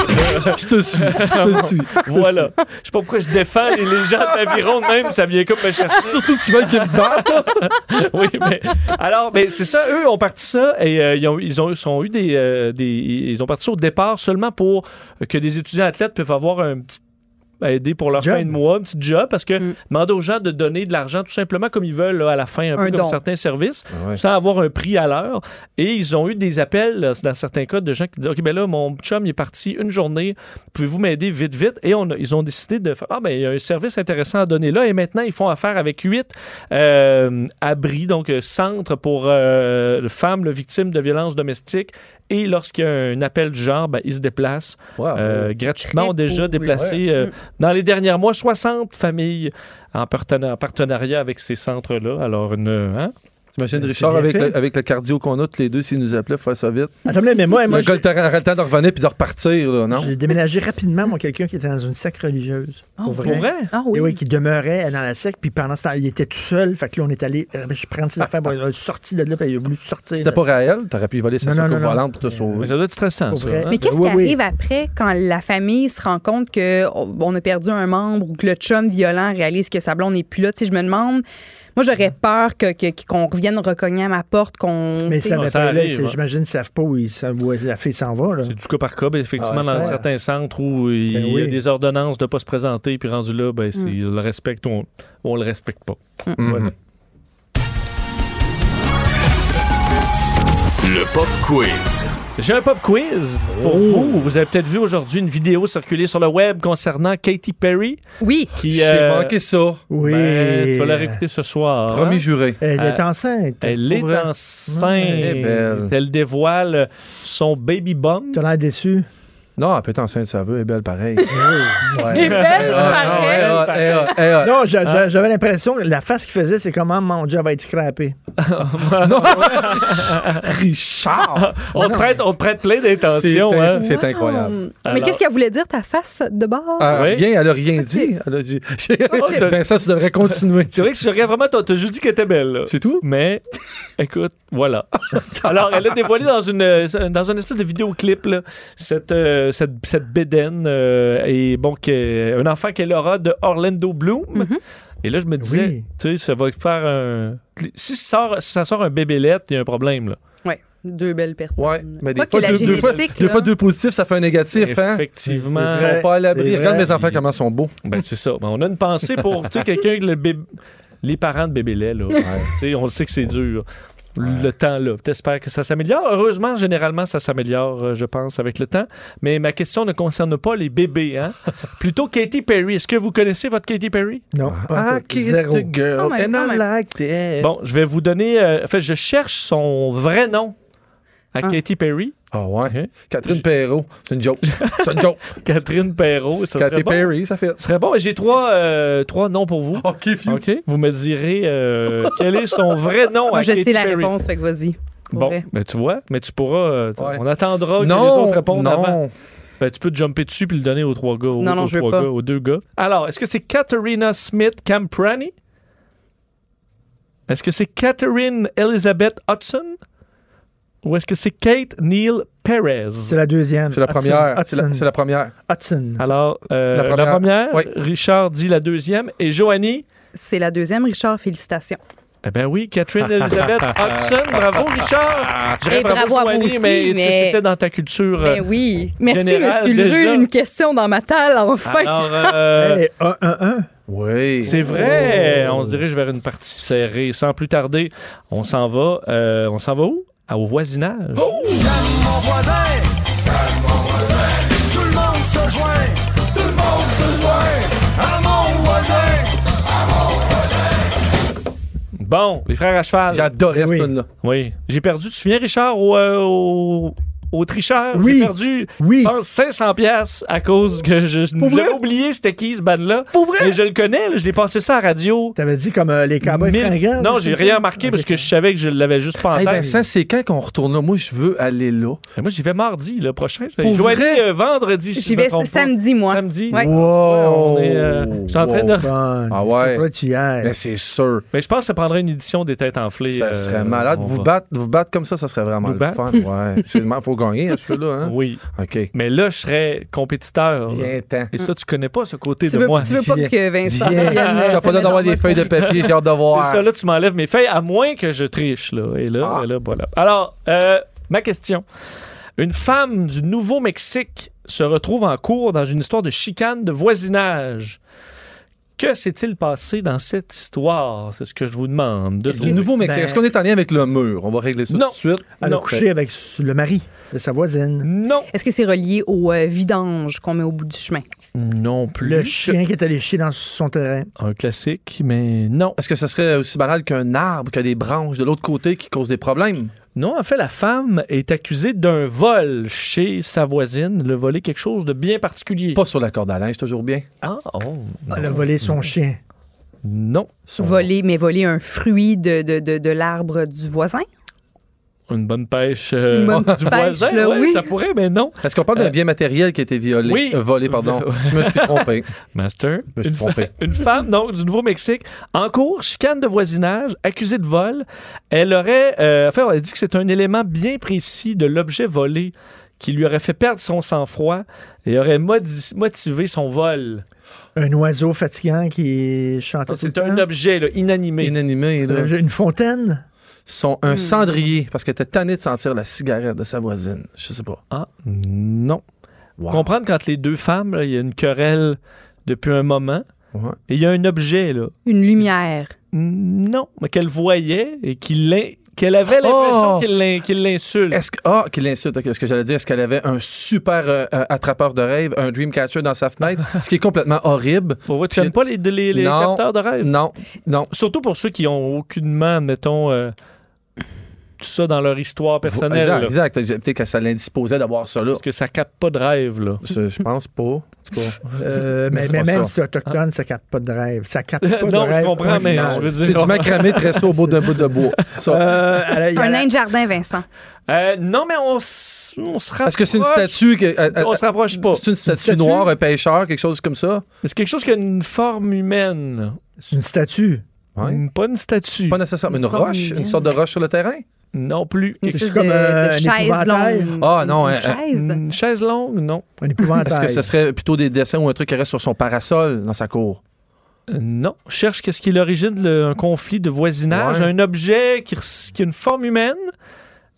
Speaker 3: là.
Speaker 5: [LAUGHS] Je te suis. Je te suis.
Speaker 3: Ah, [LAUGHS] voilà. Je sais pas pourquoi je défends les légendes d'aviron de même, ça vient comme me chercher.
Speaker 5: [LAUGHS] Surtout que tu veux qu'il me batte.
Speaker 3: [LAUGHS] oui, mais alors, mais c'est ça. Eux ont parti ça et euh, ils ont ils ont, sont eu des, euh, des ils ont parti ça au départ seulement pour que des étudiants athlètes peuvent avoir un petit ben, aider pour leur
Speaker 4: Petit job.
Speaker 3: fin de mois, un petit job, parce que
Speaker 5: Mm.
Speaker 3: demander aux gens de donner de l'argent tout simplement comme ils veulent là, à la fin, un,
Speaker 6: Un
Speaker 3: peu comme
Speaker 6: don.
Speaker 3: certains services, sans avoir un prix à l'heure. Et ils ont eu des appels, là, dans certains cas, de gens qui disent, OK, ben là, mon chum, il est parti une journée, pouvez-vous m'aider vite, vite? Et on a- ils ont décidé de faire, ah, ben, il y a un service intéressant à donner là. Et maintenant, ils font affaire avec huit euh, abris, donc euh, centres pour euh, femmes là, victimes de violences domestiques. Et lorsqu'il y a un appel du genre, ben, ils se déplacent
Speaker 5: Wow.
Speaker 3: euh, gratuitement.
Speaker 6: Ah, Très
Speaker 3: ont déjà
Speaker 6: cool. Mm.
Speaker 3: déplacé euh, dans les derniers mois 60 familles en partena- en partenariat avec ces centres-là. Alors, une, hein?
Speaker 5: T'imagines
Speaker 4: Mais
Speaker 5: Richard
Speaker 4: c'est bien
Speaker 5: avec
Speaker 4: fait.
Speaker 5: le, avec le cardio qu'on a tous les deux s'il nous appelait faire ça vite.
Speaker 4: Attends, mais mais Ben, moi, moi
Speaker 5: le
Speaker 4: j'ai-
Speaker 5: gars t'aurait le temps de revenir puis de repartir, là, non?
Speaker 4: j'ai déménagé rapidement, moi, quelqu'un qui était dans une secte religieuse.
Speaker 6: Ah,
Speaker 4: pour
Speaker 6: pour
Speaker 4: vrai.
Speaker 6: Ah
Speaker 4: Et
Speaker 6: oui.
Speaker 4: oui, qui demeurait dans la secte, puis pendant ce temps, il était tout seul. Fait que là, on est allé euh, je prends ses affaires, bon, il a sorti de là, puis il a voulu sortir.
Speaker 5: Ah. C'était
Speaker 4: là.
Speaker 5: pas réel, t'aurais pu y voler sa
Speaker 4: Non, non,
Speaker 5: soucoupe
Speaker 4: non, Euh, non.
Speaker 5: volante pour te
Speaker 3: Mais
Speaker 5: sauver.
Speaker 3: ça doit être stressant,
Speaker 4: Pour
Speaker 3: ça.
Speaker 4: vrai.
Speaker 3: hein?
Speaker 6: Mais qu'est-ce
Speaker 4: Oui,
Speaker 6: qui
Speaker 4: oui.
Speaker 6: arrive après quand la famille se rend compte que on on a perdu un membre ou que le chum violent réalise que sa blonde n'est plus là? Tu sais, je me demande. Moi, j'aurais peur que- que- qu'on revienne recogner à ma porte, qu'on.
Speaker 4: Mais
Speaker 6: tu sais,
Speaker 4: ça
Speaker 3: Non,
Speaker 4: va
Speaker 3: ça
Speaker 4: pas là,
Speaker 3: arrive,
Speaker 4: c'est-
Speaker 3: hein.
Speaker 4: j'imagine, ils savent pas où, ils s'en- où la fille s'en va. Là.
Speaker 3: C'est du cas par cas, ben, effectivement, dans
Speaker 4: j'espère.
Speaker 3: certains centres où il
Speaker 4: Ben
Speaker 3: y a
Speaker 4: oui.
Speaker 3: des ordonnances de ne pas se présenter, puis rendu là, ben, c'est- ils le respectent ou on, on le respecte pas.
Speaker 5: Mhm.
Speaker 3: Voilà.
Speaker 2: Le Pop Quiz.
Speaker 3: J'ai un pop quiz pour vous. Vous avez peut-être vu aujourd'hui une vidéo circuler sur le web concernant Katy Perry,
Speaker 4: [LAUGHS]
Speaker 6: Oui.
Speaker 3: qui...
Speaker 5: J'ai
Speaker 3: euh,
Speaker 5: manqué ça.
Speaker 4: Oui.
Speaker 3: ben, tu vas la réécouter ce soir. hein?
Speaker 5: Promis juré.
Speaker 4: Elle est
Speaker 3: Euh,
Speaker 4: enceinte.
Speaker 3: Elle
Speaker 5: Pour
Speaker 3: est
Speaker 5: vrai.
Speaker 3: enceinte.
Speaker 5: Elle est belle.
Speaker 3: Elle dévoile son baby bump.
Speaker 4: [LAUGHS] T'as l'air déçu.
Speaker 5: Non, elle peut être enceinte, ça veut, elle est
Speaker 4: [LAUGHS]
Speaker 5: belle
Speaker 4: Eh
Speaker 5: pareil.
Speaker 6: Et belle, pareil.
Speaker 5: Non,
Speaker 4: Non, j'a- j'a- j'avais l'impression que la face qu'il faisait, c'est comment mon Dieu elle va être scrappée.
Speaker 5: Richard!
Speaker 3: On te prête, on te prête plein
Speaker 5: C'est
Speaker 3: d'intentions. hein.
Speaker 5: in- c'est incroyable.
Speaker 6: Wow. Mais
Speaker 3: Alors- Ah.
Speaker 6: qu'est-ce qu'elle voulait dire, ta face de bord?
Speaker 5: Euh,
Speaker 3: Oui.
Speaker 5: Rien, elle a rien dit. Elle a dit-
Speaker 3: Ok.
Speaker 5: Vincent, tu devrais continuer.
Speaker 3: C'est vrai que si je regarde vraiment, t'as t'as juste dit qu'elle était belle. là.
Speaker 5: C'est tout?
Speaker 3: Mais, écoute, voilà. Alors, elle a dévoilé dans une, euh, dans une espèce de vidéoclip là, cette, euh, cette, cette bédaine. euh, et bon, que- un enfant qu'elle aura de Orlando Bloom.
Speaker 5: Mm-hmm.
Speaker 3: Et là, je me disais,
Speaker 4: Oui.
Speaker 3: tu sais, ça va faire un. Si ça sort, si ça sort un bébélette, il y a un problème. Là.
Speaker 6: Oui, deux belles personnes.
Speaker 5: Ouais, mais des
Speaker 6: Quoi
Speaker 5: fois,
Speaker 6: que la
Speaker 5: deux, deux fois,
Speaker 6: génétique,
Speaker 5: deux
Speaker 6: là.
Speaker 5: fois deux positifs, ça fait un négatif. Hein?
Speaker 3: Effectivement.
Speaker 4: C'est
Speaker 5: Ils sont pas à l'abri.
Speaker 4: C'est
Speaker 5: Regarde
Speaker 4: vrai.
Speaker 5: mes enfants comment ils sont beaux.
Speaker 3: Ben, c'est ça. Ben, on a une pensée pour tu sais, quelqu'un que le bébé. Les parents de bébé lait, là. Tu sais, on le sait que c'est dur. Le temps, là. T'espères que ça s'améliore. Heureusement, généralement, ça s'améliore, euh, je pense, avec le temps. Mais ma question ne concerne pas les bébés, hein. Plutôt Katy Perry. Est-ce que vous connaissez votre Katy Perry?
Speaker 4: Non, pas
Speaker 5: Ah,
Speaker 4: en tout.
Speaker 5: kiss
Speaker 4: Zéro.
Speaker 5: the girl
Speaker 6: Quand même,
Speaker 5: and
Speaker 6: quand
Speaker 5: I
Speaker 6: même.
Speaker 5: like
Speaker 6: Euh.
Speaker 5: that.
Speaker 3: Bon, je vais vous donner. euh, en fait, je cherche son vrai nom à
Speaker 6: Ah.
Speaker 3: Katy Perry.
Speaker 5: Ah ouais. Catherine Perrault, c'est une joke. C'est
Speaker 3: [LAUGHS]
Speaker 5: une joke.
Speaker 3: Catherine Perrault. Oh, Ça serait
Speaker 5: Cathy
Speaker 3: bon.
Speaker 5: Perry, ça fait.
Speaker 3: Ce serait bon. J'ai trois, euh, trois noms pour vous.
Speaker 5: Ok, fiu.
Speaker 3: OK. Vous me direz euh, quel est son vrai nom
Speaker 6: Oh, Moi,
Speaker 3: à
Speaker 6: je
Speaker 3: Katy
Speaker 6: sais la
Speaker 3: Oh, Perry.
Speaker 6: réponse, fait que vas-y. Pour
Speaker 3: Bon,
Speaker 6: vrai.
Speaker 3: ben tu vois, mais tu pourras. euh, t-
Speaker 5: Ouais.
Speaker 3: On attendra que les
Speaker 5: Non,
Speaker 3: autres répondent avant.
Speaker 5: non.
Speaker 3: Ben, tu peux te jumper dessus puis le donner aux trois gars. Aux,
Speaker 6: Non, non,
Speaker 3: aux
Speaker 6: je veux
Speaker 3: trois
Speaker 6: pas.
Speaker 3: gars, aux deux gars. Alors, est-ce que c'est Katharina Smith Camprani? Est-ce que c'est Catherine Elizabeth Hudson? Ou est-ce que c'est Kate Neal Perez?
Speaker 4: C'est la deuxième.
Speaker 5: C'est la
Speaker 4: Hudson,
Speaker 5: première. C'est
Speaker 4: Hudson.
Speaker 5: la, c'est la première.
Speaker 4: Hudson.
Speaker 3: Alors, euh, la
Speaker 5: La
Speaker 3: première,
Speaker 5: première. Oui.
Speaker 3: Richard dit la deuxième, et Joanie?
Speaker 6: C'est la deuxième, Richard, félicitations.
Speaker 3: Eh ben oui,
Speaker 5: [LAUGHS]
Speaker 3: Catherine Elizabeth Hudson. Bravo, Richard! Je dirais
Speaker 6: Et bravo à vous aussi,
Speaker 3: mais, tu sais,
Speaker 6: mais-
Speaker 3: c'était dans ta culture. euh,
Speaker 6: Ben oui. Merci,
Speaker 3: Général,
Speaker 6: monsieur le
Speaker 3: déjà.
Speaker 6: juge. Une question dans ma table, enfin.
Speaker 3: Alors, euh,
Speaker 4: Elle est 1-1-1.
Speaker 5: Oui.
Speaker 4: Oh.
Speaker 3: C'est vrai. On se dirige vers une partie serrée. Sans plus tarder, on s'en va. euh, on s'en va où? Ah, Au voisinage.
Speaker 7: mon voisin. Tout le monde se joint. Tout le monde se joint. À mon voisin.
Speaker 3: Bon, les frères à cheval.
Speaker 5: J'adorais
Speaker 4: Oui.
Speaker 5: ce tune-là.
Speaker 3: Oui. J'ai perdu. Tu te souviens, Richard, au, euh, au, au tricheur?
Speaker 4: Oui.
Speaker 3: J'ai perdu,
Speaker 4: Oui.
Speaker 5: Ah,
Speaker 3: je pense, 500 pièces à cause que je, je
Speaker 4: vrai?
Speaker 3: j'avais oublié c'était qui, ce band-là.
Speaker 4: Pour vrai?
Speaker 3: Mais je le connais. là, je l'ai passé ça à la radio.
Speaker 4: T'avais dit comme euh, les cowboys
Speaker 3: Mille-
Speaker 4: fringants.
Speaker 3: Non,
Speaker 4: là,
Speaker 3: j'ai
Speaker 4: comme
Speaker 3: rien
Speaker 4: ça. Ah,
Speaker 3: remarqué
Speaker 4: Ok.
Speaker 3: parce que je savais que je l'avais juste pas en
Speaker 5: Hey,
Speaker 3: tête.
Speaker 5: Vincent, c'est quand qu'on retourne là? Moi, je veux aller là.
Speaker 3: Mais Moi, j'y vais mardi, le prochain. Je
Speaker 5: Pour
Speaker 3: je dois
Speaker 5: vrai?
Speaker 3: aller, euh, vendredi. si
Speaker 6: J'y
Speaker 3: je me
Speaker 6: vais
Speaker 3: trompe pas.
Speaker 6: samedi, moi.
Speaker 3: Samedi.
Speaker 6: Ouais.
Speaker 5: Wow!
Speaker 3: on est, euh, je suis en train de-
Speaker 4: Fun.
Speaker 5: Ah ouais.
Speaker 4: C'est vrai, tu y ailles.
Speaker 5: Mais c'est sûr.
Speaker 3: Mais je pense que ça prendrait une édition des têtes enflées.
Speaker 5: Ça
Speaker 3: euh,
Speaker 5: serait malade.
Speaker 3: on
Speaker 5: Vous
Speaker 3: va.
Speaker 5: battre, vous battre comme ça, ça serait vraiment
Speaker 3: Nous
Speaker 5: le
Speaker 3: battre? [LAUGHS]
Speaker 5: fun. Ouais. Il faut gagné, hein, celui-là. Hein?
Speaker 3: Oui. [LAUGHS]
Speaker 5: OK.
Speaker 3: Mais là, je serais compétiteur. là.
Speaker 5: Viens-t'en.
Speaker 3: Et ça, tu connais pas ce côté
Speaker 6: Tu
Speaker 3: de
Speaker 6: veux,
Speaker 3: moi. [LAUGHS]
Speaker 6: tu veux pas
Speaker 5: Viens.
Speaker 6: que Vincent
Speaker 5: Viens.
Speaker 6: vienne. euh,
Speaker 5: T'as
Speaker 6: se
Speaker 5: pas le droit
Speaker 6: mettre
Speaker 5: d'avoir
Speaker 6: en
Speaker 5: des
Speaker 6: mode-
Speaker 5: feuilles de papier, j'ai hâte de voir.
Speaker 3: C'est ça, là, tu m'enlèves mes feuilles, à moins que je triche, là. Et
Speaker 5: Ah.
Speaker 3: là, et là voilà. Alors, euh, ma question. Une femme du Nouveau-Mexique se retrouve en cours dans une histoire de chicane de voisinage. Que s'est-il passé dans cette histoire? C'est ce que je vous demande. De
Speaker 5: Du nouveau Mexique. Est-ce qu'on est en lien avec le mur? On va régler ça
Speaker 3: Non.
Speaker 5: tout de suite.
Speaker 4: Elle
Speaker 3: Non.
Speaker 4: a couché avec s- le mari de sa voisine.
Speaker 3: Non.
Speaker 6: Est-ce que c'est relié au euh, vidange qu'on met au bout du chemin?
Speaker 3: Non plus.
Speaker 4: Le chien qui est allé chier dans son terrain.
Speaker 3: Un classique, mais non.
Speaker 5: Est-ce que ce serait aussi banal qu'un arbre, que des branches de l'autre côté qui causent des problèmes?
Speaker 3: Non, en fait, la femme est accusée d'un vol chez sa voisine. Le voler quelque chose de bien particulier.
Speaker 5: Pas sur la corde à linge, toujours bien.
Speaker 3: Ah, oh, non.
Speaker 4: Elle a volé son chien.
Speaker 3: Non.
Speaker 6: Voler, mais voler un fruit de, de, de, de l'arbre du voisin?
Speaker 3: Une bonne pêche euh,
Speaker 6: Une bonne
Speaker 3: [LAUGHS] du
Speaker 6: pêche,
Speaker 3: voisin,
Speaker 6: là,
Speaker 3: ouais,
Speaker 6: oui.
Speaker 3: ça pourrait, mais non.
Speaker 5: Est-ce qu'on parle d'un bien matériel qui a été violé?
Speaker 3: Euh, oui.
Speaker 5: Euh, volé,
Speaker 3: [LAUGHS]
Speaker 5: pardon. Je me suis trompé.
Speaker 3: Master.
Speaker 5: Je me suis
Speaker 3: Une,
Speaker 5: trompé.
Speaker 3: [LAUGHS] une femme, donc, du Nouveau-Mexique, en cours, chicane de voisinage, accusée de vol. Elle aurait. euh, enfin, elle dit que c'est un élément bien précis de l'objet volé qui lui aurait fait perdre son sang-froid et aurait modi- motivé son vol.
Speaker 4: Un oiseau fatigant qui chantait. tout
Speaker 3: Ah, C'est
Speaker 4: le
Speaker 3: un
Speaker 4: temps. Euh,
Speaker 3: objet là, inanimé.
Speaker 5: Inanimé, là.
Speaker 4: Une fontaine.
Speaker 5: Son, un cendrier, parce qu'elle était tannée de sentir la cigarette de sa voisine. Je sais pas.
Speaker 3: ah, non.
Speaker 5: Wow.
Speaker 3: Comprendre quand les deux femmes, là, il y a une querelle depuis un moment
Speaker 5: Ouais. Mm,
Speaker 3: et il y a un objet, là.
Speaker 6: Une lumière.
Speaker 3: Non, mais qu'elle voyait et qu'il l'in- qu'elle avait l'impression
Speaker 5: Oh!
Speaker 3: qu'il l'in- qu'il l'insulte.
Speaker 5: Est-ce que. Ah, qu'il l'insulte. ok, ce que j'allais dire, est-ce qu'elle avait un super euh, euh, attrapeur de rêve, un dream catcher dans sa fenêtre, ce qui est complètement horrible?
Speaker 3: Pour voir, tu n'aimes pas les, les- les
Speaker 5: Non.
Speaker 3: capteurs de rêve?
Speaker 5: Non, non.
Speaker 3: Surtout pour ceux qui ont aucunement, mettons, euh, tout ça dans leur histoire personnelle.
Speaker 5: Exact,
Speaker 3: là.
Speaker 5: exact. Peut-être que ça l'indisposait d'avoir ça là.
Speaker 3: Parce que ça capte pas de rêve, là.
Speaker 5: Je je pense pas. En tout cas.
Speaker 4: Euh, mais
Speaker 5: c'est
Speaker 4: mais
Speaker 5: pas
Speaker 4: même
Speaker 5: ça.
Speaker 4: si c'est autochtone, ça capte pas de rêve.
Speaker 3: [LAUGHS]
Speaker 4: Ça capte pas
Speaker 3: [LAUGHS]
Speaker 4: de
Speaker 3: non,
Speaker 4: rêve.
Speaker 3: je comprends, mais
Speaker 4: original.
Speaker 3: je veux dire.
Speaker 5: C'est du macramé tressé au bout d'un bout de
Speaker 3: [LAUGHS]
Speaker 5: bois. Ça.
Speaker 4: Euh, elle a- il y a-
Speaker 6: Un nain de jardin, Vincent.
Speaker 3: Euh, non, mais on, s- on se rapproche.
Speaker 5: Est-ce que c'est une statue que- euh, euh,
Speaker 3: On se rapproche pas.
Speaker 5: C'est une statue
Speaker 4: statue?
Speaker 5: noire, un pêcheur, quelque chose comme ça?
Speaker 3: C'est quelque chose qui a une forme humaine.
Speaker 4: C'est une statue.
Speaker 5: Ouais.
Speaker 3: Pas une statue.
Speaker 5: Pas nécessairement. Une roche? Une sorte de roche sur le terrain?
Speaker 3: Non plus.
Speaker 6: Une
Speaker 3: Quelque-
Speaker 6: espèce
Speaker 4: comme,
Speaker 6: de,
Speaker 4: euh,
Speaker 6: de
Speaker 4: un
Speaker 6: chaise
Speaker 4: épouvantail.
Speaker 6: longue.
Speaker 5: Ah, non,
Speaker 6: Une
Speaker 5: un-
Speaker 6: chaise.
Speaker 3: Une chaise longue, non.
Speaker 4: Un épouvantail.
Speaker 5: Est-ce que ce serait plutôt des dessins ou un truc qui reste sur son parasol dans sa cour?
Speaker 3: Euh, Non. Cherche qu'est-ce qui est l'origine d'un conflit de voisinage,
Speaker 5: Ouais.
Speaker 3: un objet qui, res- qui a une forme humaine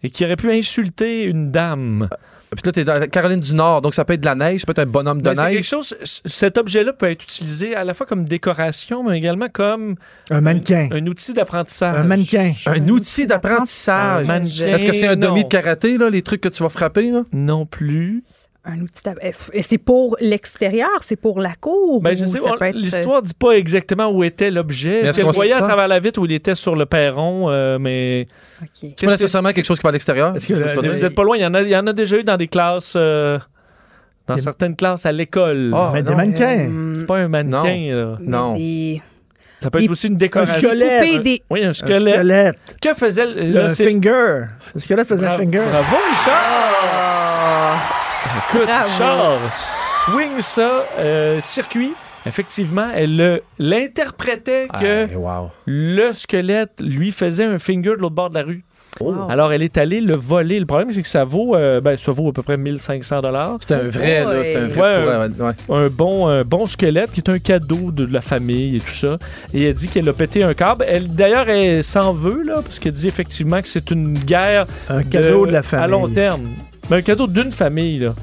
Speaker 3: et qui aurait pu insulter une dame.
Speaker 5: Puis là, t'es dans la Caroline du Nord, donc ça peut être de la neige, ça peut être un bonhomme de
Speaker 3: Mais c'est quelque
Speaker 5: neige.
Speaker 3: chose. c- Cet objet-là peut être utilisé à la fois comme décoration, mais également comme
Speaker 4: Un mannequin.
Speaker 3: un outil d'apprentissage.
Speaker 4: Un mannequin.
Speaker 5: Un outil d'apprentissage.
Speaker 3: Un mannequin,
Speaker 5: Est-ce que c'est un
Speaker 3: non.
Speaker 5: demi de karaté, là, les trucs que tu vas frapper? Là?
Speaker 3: Non plus.
Speaker 6: Un outil d'ab- eh, f- Et c'est pour l'extérieur, c'est pour la cour.
Speaker 3: Ben, je
Speaker 6: ou
Speaker 3: sais,
Speaker 6: ça
Speaker 3: on-
Speaker 6: peut être- euh,
Speaker 3: l'histoire dit pas exactement où était l'objet.
Speaker 5: Mais
Speaker 3: Est-ce
Speaker 5: est-ce
Speaker 3: qu'elle
Speaker 5: qu'on
Speaker 3: voyait à
Speaker 5: sent-
Speaker 3: travers la vitre où il était sur le perron, euh, mais.
Speaker 6: OK.
Speaker 5: C'est pas nécessairement quelque chose qui va à l'extérieur.
Speaker 4: Est-ce que
Speaker 5: C'est
Speaker 4: le-
Speaker 5: ça,
Speaker 4: le-
Speaker 5: ça.
Speaker 3: Vous êtes pas loin, il y, en a, il y en a déjà eu dans des classes. euh, dans
Speaker 4: Des-
Speaker 3: certaines classes à l'école.
Speaker 5: Ah,
Speaker 4: Mais des
Speaker 5: non.
Speaker 4: mannequins.
Speaker 6: Hum,
Speaker 3: C'est pas un mannequin, là.
Speaker 6: mais
Speaker 5: non.
Speaker 6: Des
Speaker 3: Ça peut être
Speaker 6: Des-
Speaker 3: aussi une
Speaker 4: Un
Speaker 3: décoration.
Speaker 4: squelette.
Speaker 6: poupées, des-
Speaker 3: Oui, un
Speaker 4: Un
Speaker 3: squelette.
Speaker 4: squelette.
Speaker 3: Que faisait le, là,
Speaker 4: Le
Speaker 3: c'est-
Speaker 4: finger. Le squelette faisait un
Speaker 3: Bra-
Speaker 4: finger.
Speaker 3: Bravo, Richard! Écoute,
Speaker 6: Bravo.
Speaker 3: Richard, swing ça, euh, circuit. Effectivement, elle le- l'interprétait que
Speaker 5: Ah, wow.
Speaker 3: le squelette lui faisait un finger de l'autre bord de la rue.
Speaker 6: Wow.
Speaker 3: Alors, elle est allée le voler. Le problème, c'est que ça vaut, euh, ben, ça vaut à peu près 1500 dollars.
Speaker 5: C'est un vrai, là. C'est
Speaker 3: Ouais.
Speaker 5: un vrai. pour- euh, ouais, ouais.
Speaker 3: Un bon, un bon squelette qui est un cadeau de la famille et tout ça. Et elle dit qu'elle a pété un câble. Elle, d'ailleurs, elle s'en veut, là, parce qu'elle dit effectivement que c'est une guerre
Speaker 4: Un cadeau de la famille.
Speaker 3: à long terme. Mais un cadeau d'une famille, là.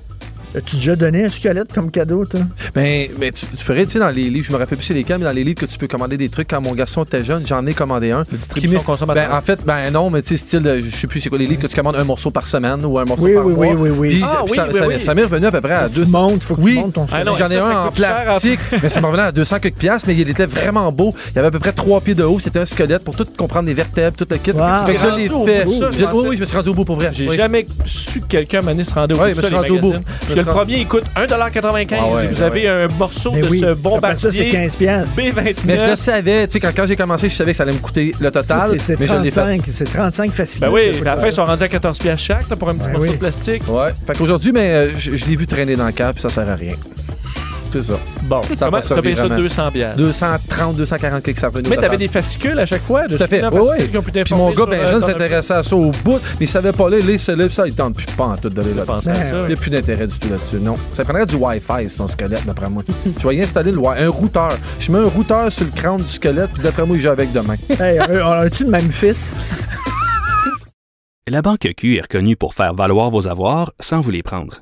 Speaker 4: Tu déjà donné un squelette comme cadeau, toi?
Speaker 5: Mais, mais tu, tu ferais, tu sais, dans les livres, je me rappelle plus c'est lesquels, mais dans les livres que tu peux commander des trucs. Quand mon garçon était jeune, j'en ai commandé un.
Speaker 3: La distribution
Speaker 5: Qui-
Speaker 3: consommateur.
Speaker 5: Ben, en fait, ben non, mais tu sais, style, de- je sais plus c'est quoi les livres que tu commandes un morceau par semaine ou un morceau
Speaker 4: Oui,
Speaker 5: par
Speaker 4: oui,
Speaker 5: mois.
Speaker 4: oui, oui, oui.
Speaker 5: Puis,
Speaker 3: Ah,
Speaker 5: puis
Speaker 3: oui,
Speaker 5: ça,
Speaker 3: oui,
Speaker 5: ça-
Speaker 3: oui.
Speaker 5: ça m'est revenu à peu près à
Speaker 4: Tu
Speaker 5: 200.
Speaker 4: montes, faut que
Speaker 5: Oui.
Speaker 4: tu montes ton
Speaker 3: Ah
Speaker 4: squelette.
Speaker 3: non,
Speaker 5: J'en ai
Speaker 3: ça, ça
Speaker 5: un en
Speaker 3: coûte cher à-
Speaker 5: plastique, [LAUGHS] mais ça me revenait à 200 quelques piastres, mais il était vraiment beau. Il avait à peu près trois pieds de haut, c'était un squelette pour tout comprendre les vertèbres, tout le kit.
Speaker 4: Wow.
Speaker 5: Fait que je l'ai
Speaker 3: Rendu au
Speaker 5: fait.
Speaker 3: bout, ça, je
Speaker 5: Je-
Speaker 3: pensais.
Speaker 5: oui, oui, je me suis rendu au bout pour vrai. J'ai
Speaker 3: J'ai
Speaker 5: jamais
Speaker 3: jamais su que quelqu'un m'année se rendait au
Speaker 5: Ouais,
Speaker 3: bout de
Speaker 5: mais
Speaker 3: ça,
Speaker 5: je
Speaker 3: les
Speaker 5: suis rendu au
Speaker 3: magazines.
Speaker 5: bout.
Speaker 3: Parce
Speaker 5: Je
Speaker 3: que le
Speaker 5: suis rendu-
Speaker 3: premier, il coûte 1,95
Speaker 5: Ah ouais,
Speaker 3: et vous
Speaker 5: ah
Speaker 3: avez
Speaker 5: ouais.
Speaker 3: un morceau
Speaker 4: Mais
Speaker 3: de
Speaker 4: oui.
Speaker 3: ce
Speaker 4: Après ça, c'est
Speaker 3: bombardier
Speaker 4: 15 piastres.
Speaker 3: B29.
Speaker 5: Mais je le savais, tu sais, quand, quand j'ai commencé, je savais que ça allait me coûter le
Speaker 4: Ça,
Speaker 5: total.
Speaker 4: c'est- C'est
Speaker 5: mais je l'ai fait.
Speaker 4: 35, c'est 35 facile.
Speaker 3: ben oui, puis à la fin, ils sont rendus à 14 pièces chaque là, pour un petit
Speaker 4: Ben
Speaker 3: morceau
Speaker 4: oui.
Speaker 3: de plastique.
Speaker 5: Ouais. Fait qu'aujourd'hui, mais euh, je, je l'ai vu traîner dans le cap, puis ça sert à rien. C'est ça.
Speaker 3: Bon,
Speaker 5: Ça
Speaker 3: comment
Speaker 5: va
Speaker 3: t'as payé
Speaker 5: servir
Speaker 3: ça
Speaker 5: vraiment.
Speaker 3: 200 bières?
Speaker 5: 230, 240 quelques ça venait
Speaker 3: Mais t'avais des fascicules à chaque fois?
Speaker 5: Tout à fait.
Speaker 3: Parce
Speaker 5: Oui,
Speaker 3: que
Speaker 5: oui.
Speaker 3: qui ont pu
Speaker 5: Puis mon
Speaker 3: t'informer
Speaker 5: gars, ben,
Speaker 3: sur, euh,
Speaker 5: Benjamin
Speaker 3: ton-
Speaker 5: s'intéressait à ça au bout, mais il savait pas là, les célèbres, ça, il tente plus pas en tout d'aller là.
Speaker 3: penser à ça.
Speaker 5: Il n'y a plus d'intérêt du tout là-dessus. Non. Ça prendrait du Wi-Fi, son squelette,
Speaker 3: [LAUGHS]
Speaker 5: d'après moi. Je vais y installer le wi- un routeur. Je mets un routeur sur le crâne du squelette, puis d'après moi, il joue avec demain.
Speaker 4: Hey, euh, on a-tu le même fils?
Speaker 8: La Banque Q est reconnue pour faire valoir vos avoirs sans vous les prendre.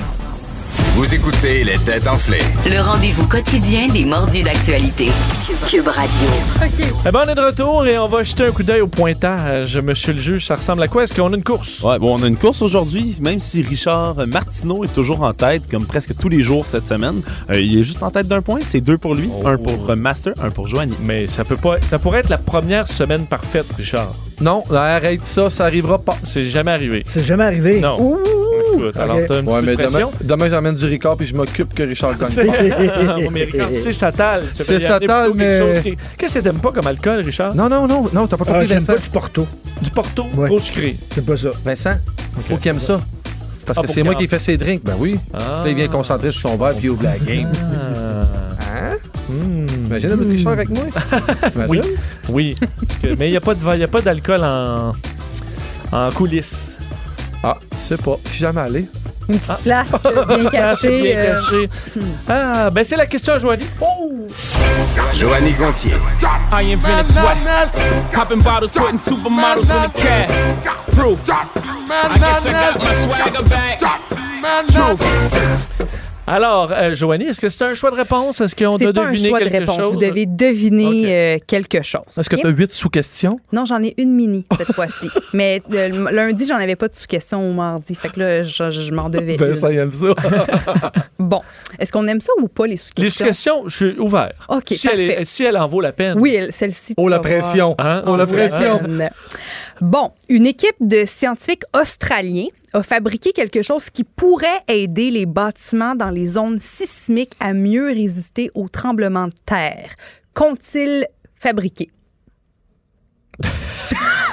Speaker 2: Vous écoutez les têtes enflées.
Speaker 1: Le rendez-vous quotidien des mordus d'actualité. Cube Radio.
Speaker 3: Eh ben, on est de retour et on va jeter un coup d'œil au pointage. Monsieur le juge, ça ressemble à quoi? Est-ce qu'on a une course?
Speaker 9: Ouais, bon, on a une course aujourd'hui, même si Richard Martineau est toujours en tête, comme presque tous les jours cette semaine. Euh, il est juste en tête d'un point, c'est deux pour lui,
Speaker 3: Oh.
Speaker 9: un pour euh, Master, un pour Joanie.
Speaker 3: Mais ça peut pas. Ça pourrait être la première semaine parfaite, Richard.
Speaker 5: Non, arrête ça, ça arrivera pas.
Speaker 3: C'est jamais arrivé.
Speaker 4: C'est jamais arrivé.
Speaker 3: Non. Écoute, alors
Speaker 4: Ok.
Speaker 3: t'as un petit
Speaker 5: Ouais,
Speaker 3: peu
Speaker 5: mais
Speaker 3: de [LAUGHS]
Speaker 5: demain,
Speaker 3: pression.
Speaker 5: demain j'amène du Ricard, puis je m'occupe que Richard gagne. pas.
Speaker 3: [LAUGHS] Ah, mais
Speaker 5: [LAUGHS]
Speaker 3: Richard, c'est Satal. Tu
Speaker 5: C'est
Speaker 3: vas y amener
Speaker 5: Satal,
Speaker 3: plutôt quelque
Speaker 5: mais-
Speaker 3: chose qui- Qu'est-ce que t'aimes pas comme alcool, Richard?
Speaker 5: Non, non, non, non, t'as pas
Speaker 4: Ah,
Speaker 5: compris,
Speaker 4: J'aime
Speaker 5: Vincent.
Speaker 4: pas du Porto.
Speaker 3: Du Porto
Speaker 4: Ouais.
Speaker 3: trop sucré.
Speaker 4: C'est pas ça.
Speaker 5: Vincent, faut qu'il aime ça. Parce
Speaker 3: Ah,
Speaker 5: que
Speaker 3: pour
Speaker 5: c'est moi
Speaker 3: qu'il
Speaker 5: qui fais ses drinks. Ben oui.
Speaker 3: Ah.
Speaker 5: Là, il vient concentrer sur son verre, puis il
Speaker 3: [LAUGHS]
Speaker 5: ouvre la game. Hein?
Speaker 3: Hmm.
Speaker 5: Imagine le Richard
Speaker 3: [LAUGHS]
Speaker 5: avec moi. T'imagines?
Speaker 3: Oui. Oui. Que- mais il n'y a pas de vin- y a pas d'alcool en. En coulisses.
Speaker 5: Ah, tu sais pas. Je suis jamais allé.
Speaker 6: Une petite flasque [LAUGHS] bien
Speaker 3: Ah, c'est
Speaker 6: cachée.
Speaker 3: bien
Speaker 6: euh,
Speaker 3: caché. Ah, ben c'est la question, Joanie. Oh!
Speaker 2: Joanny Gontier.
Speaker 10: I invented sweat. Popping bottles, putting supermodels in the cab. Proof. I guess I got my swagger back. Truth.
Speaker 3: Alors, euh, Joanie, est-ce que c'est un choix de réponse? Est-ce qu'on
Speaker 6: C'est
Speaker 3: doit
Speaker 6: pas un
Speaker 3: deviner
Speaker 6: choix de
Speaker 3: quelque
Speaker 6: réponse.
Speaker 3: chose?
Speaker 6: Vous devez deviner euh, quelque chose.
Speaker 5: Est-ce que
Speaker 6: OK?
Speaker 5: tu as huit sous-questions?
Speaker 6: Non, j'en ai une mini cette [LAUGHS] fois-ci. Mais euh, le- lundi, j'en avais pas de sous-question au mardi. Fait que là, je, je- je m'en devais. une.
Speaker 5: il aime ça.
Speaker 6: Bon, est-ce qu'on aime ça ou pas les
Speaker 3: Les
Speaker 6: sous-questions?
Speaker 3: suggestions, je suis ouvert.
Speaker 6: OK,
Speaker 3: si, elle
Speaker 6: parfait.
Speaker 3: est- si elle en vaut la peine.
Speaker 6: Oui, elle- celle-ci. tu
Speaker 5: Oh, la
Speaker 6: vas voir.
Speaker 5: pression.
Speaker 3: Hein?
Speaker 5: Oh, la
Speaker 6: Suzanne.
Speaker 5: pression.
Speaker 6: [LAUGHS] Bon, une équipe de scientifiques australiens a fabriqué quelque chose qui pourrait aider les bâtiments dans les zones sismiques à mieux résister aux tremblements de terre. Qu'ont-ils
Speaker 5: [LAUGHS]
Speaker 6: fabriqué?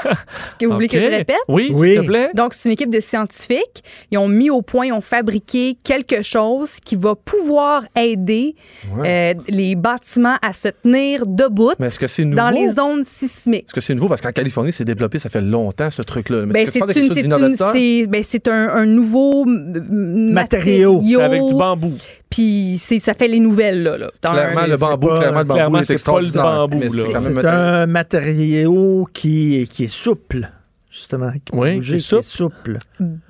Speaker 6: Est-ce que vous voulez que
Speaker 3: OK.
Speaker 6: je répète?
Speaker 3: Oui,
Speaker 4: Oui.
Speaker 3: s'il te plaît.
Speaker 6: Donc, c'est une équipe de scientifiques. Ils ont mis au point, ils ont fabriqué quelque chose qui va pouvoir aider euh, les bâtiments à se tenir debout
Speaker 5: Mais est-ce que c'est nouveau?
Speaker 6: dans les zones sismiques.
Speaker 5: Est-ce que c'est nouveau? Parce qu'en Californie, c'est développé, ça fait longtemps, ce truc-là. Mais
Speaker 6: Ben,
Speaker 5: est-ce que tu
Speaker 6: c'est
Speaker 5: parles de
Speaker 6: une-
Speaker 5: quelque
Speaker 6: c'est
Speaker 5: chose
Speaker 6: une-
Speaker 5: d'innovateur?
Speaker 6: c'est- ben, c'est un, un nouveau m-
Speaker 4: Matériau.
Speaker 3: C'est avec du bambou.
Speaker 6: Puis c'est- ça fait les nouvelles, là. là. Dans
Speaker 5: Clairement,
Speaker 6: un-
Speaker 5: le bambou,
Speaker 4: pas-
Speaker 5: clairement, le bambou
Speaker 3: clairement,
Speaker 5: est
Speaker 3: c'est pas le
Speaker 5: extraordinaire.
Speaker 3: bambou,
Speaker 5: Mais
Speaker 3: là.
Speaker 5: c'est quand même
Speaker 4: C'est
Speaker 5: intéressant.
Speaker 4: un matériau qui est, qui est souple, justement. Qui peut
Speaker 3: Oui,
Speaker 4: bouger,
Speaker 3: c'est
Speaker 4: qui est souple.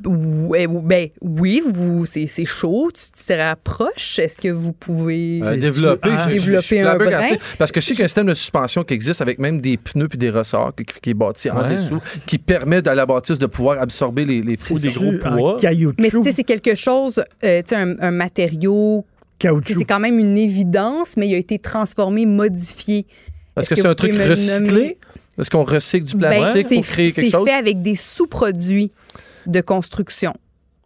Speaker 6: Ouais, ou- ben, oui, vous, c'est c'est chaud, tu t'y rapproches. Est-ce que vous pouvez...
Speaker 5: Euh, développer,
Speaker 4: Ah,
Speaker 5: je- je- je suis
Speaker 6: développer un
Speaker 5: flabbergasté.
Speaker 6: brin.
Speaker 5: Parce que je sais qu'il y a un système de suspension qui existe avec même des pneus puis des ressorts qui, qui est bâti en
Speaker 3: Ouais.
Speaker 5: dessous, qui permet à la bâtisse de pouvoir absorber les, les
Speaker 4: C'est
Speaker 5: poids des
Speaker 4: du-
Speaker 5: gros.
Speaker 3: gros poids.
Speaker 4: En caoutchouc.
Speaker 6: Mais tu sais, c'est quelque chose, euh, tu sais, un, un matériau Tu sais,
Speaker 4: caoutchouc.
Speaker 6: C'est quand même une évidence, mais il a été transformé, modifié.
Speaker 5: Est-ce
Speaker 6: Est-ce
Speaker 5: que, c'est
Speaker 6: que
Speaker 5: un
Speaker 6: vous
Speaker 5: truc
Speaker 6: pouvez me le nommer?
Speaker 5: recyclé? Est-ce qu'on recycle du
Speaker 6: Ben,
Speaker 5: plastique
Speaker 6: c'est-
Speaker 5: pour créer quelque
Speaker 6: c'est
Speaker 5: chose?
Speaker 6: fait avec des sous-produits de construction.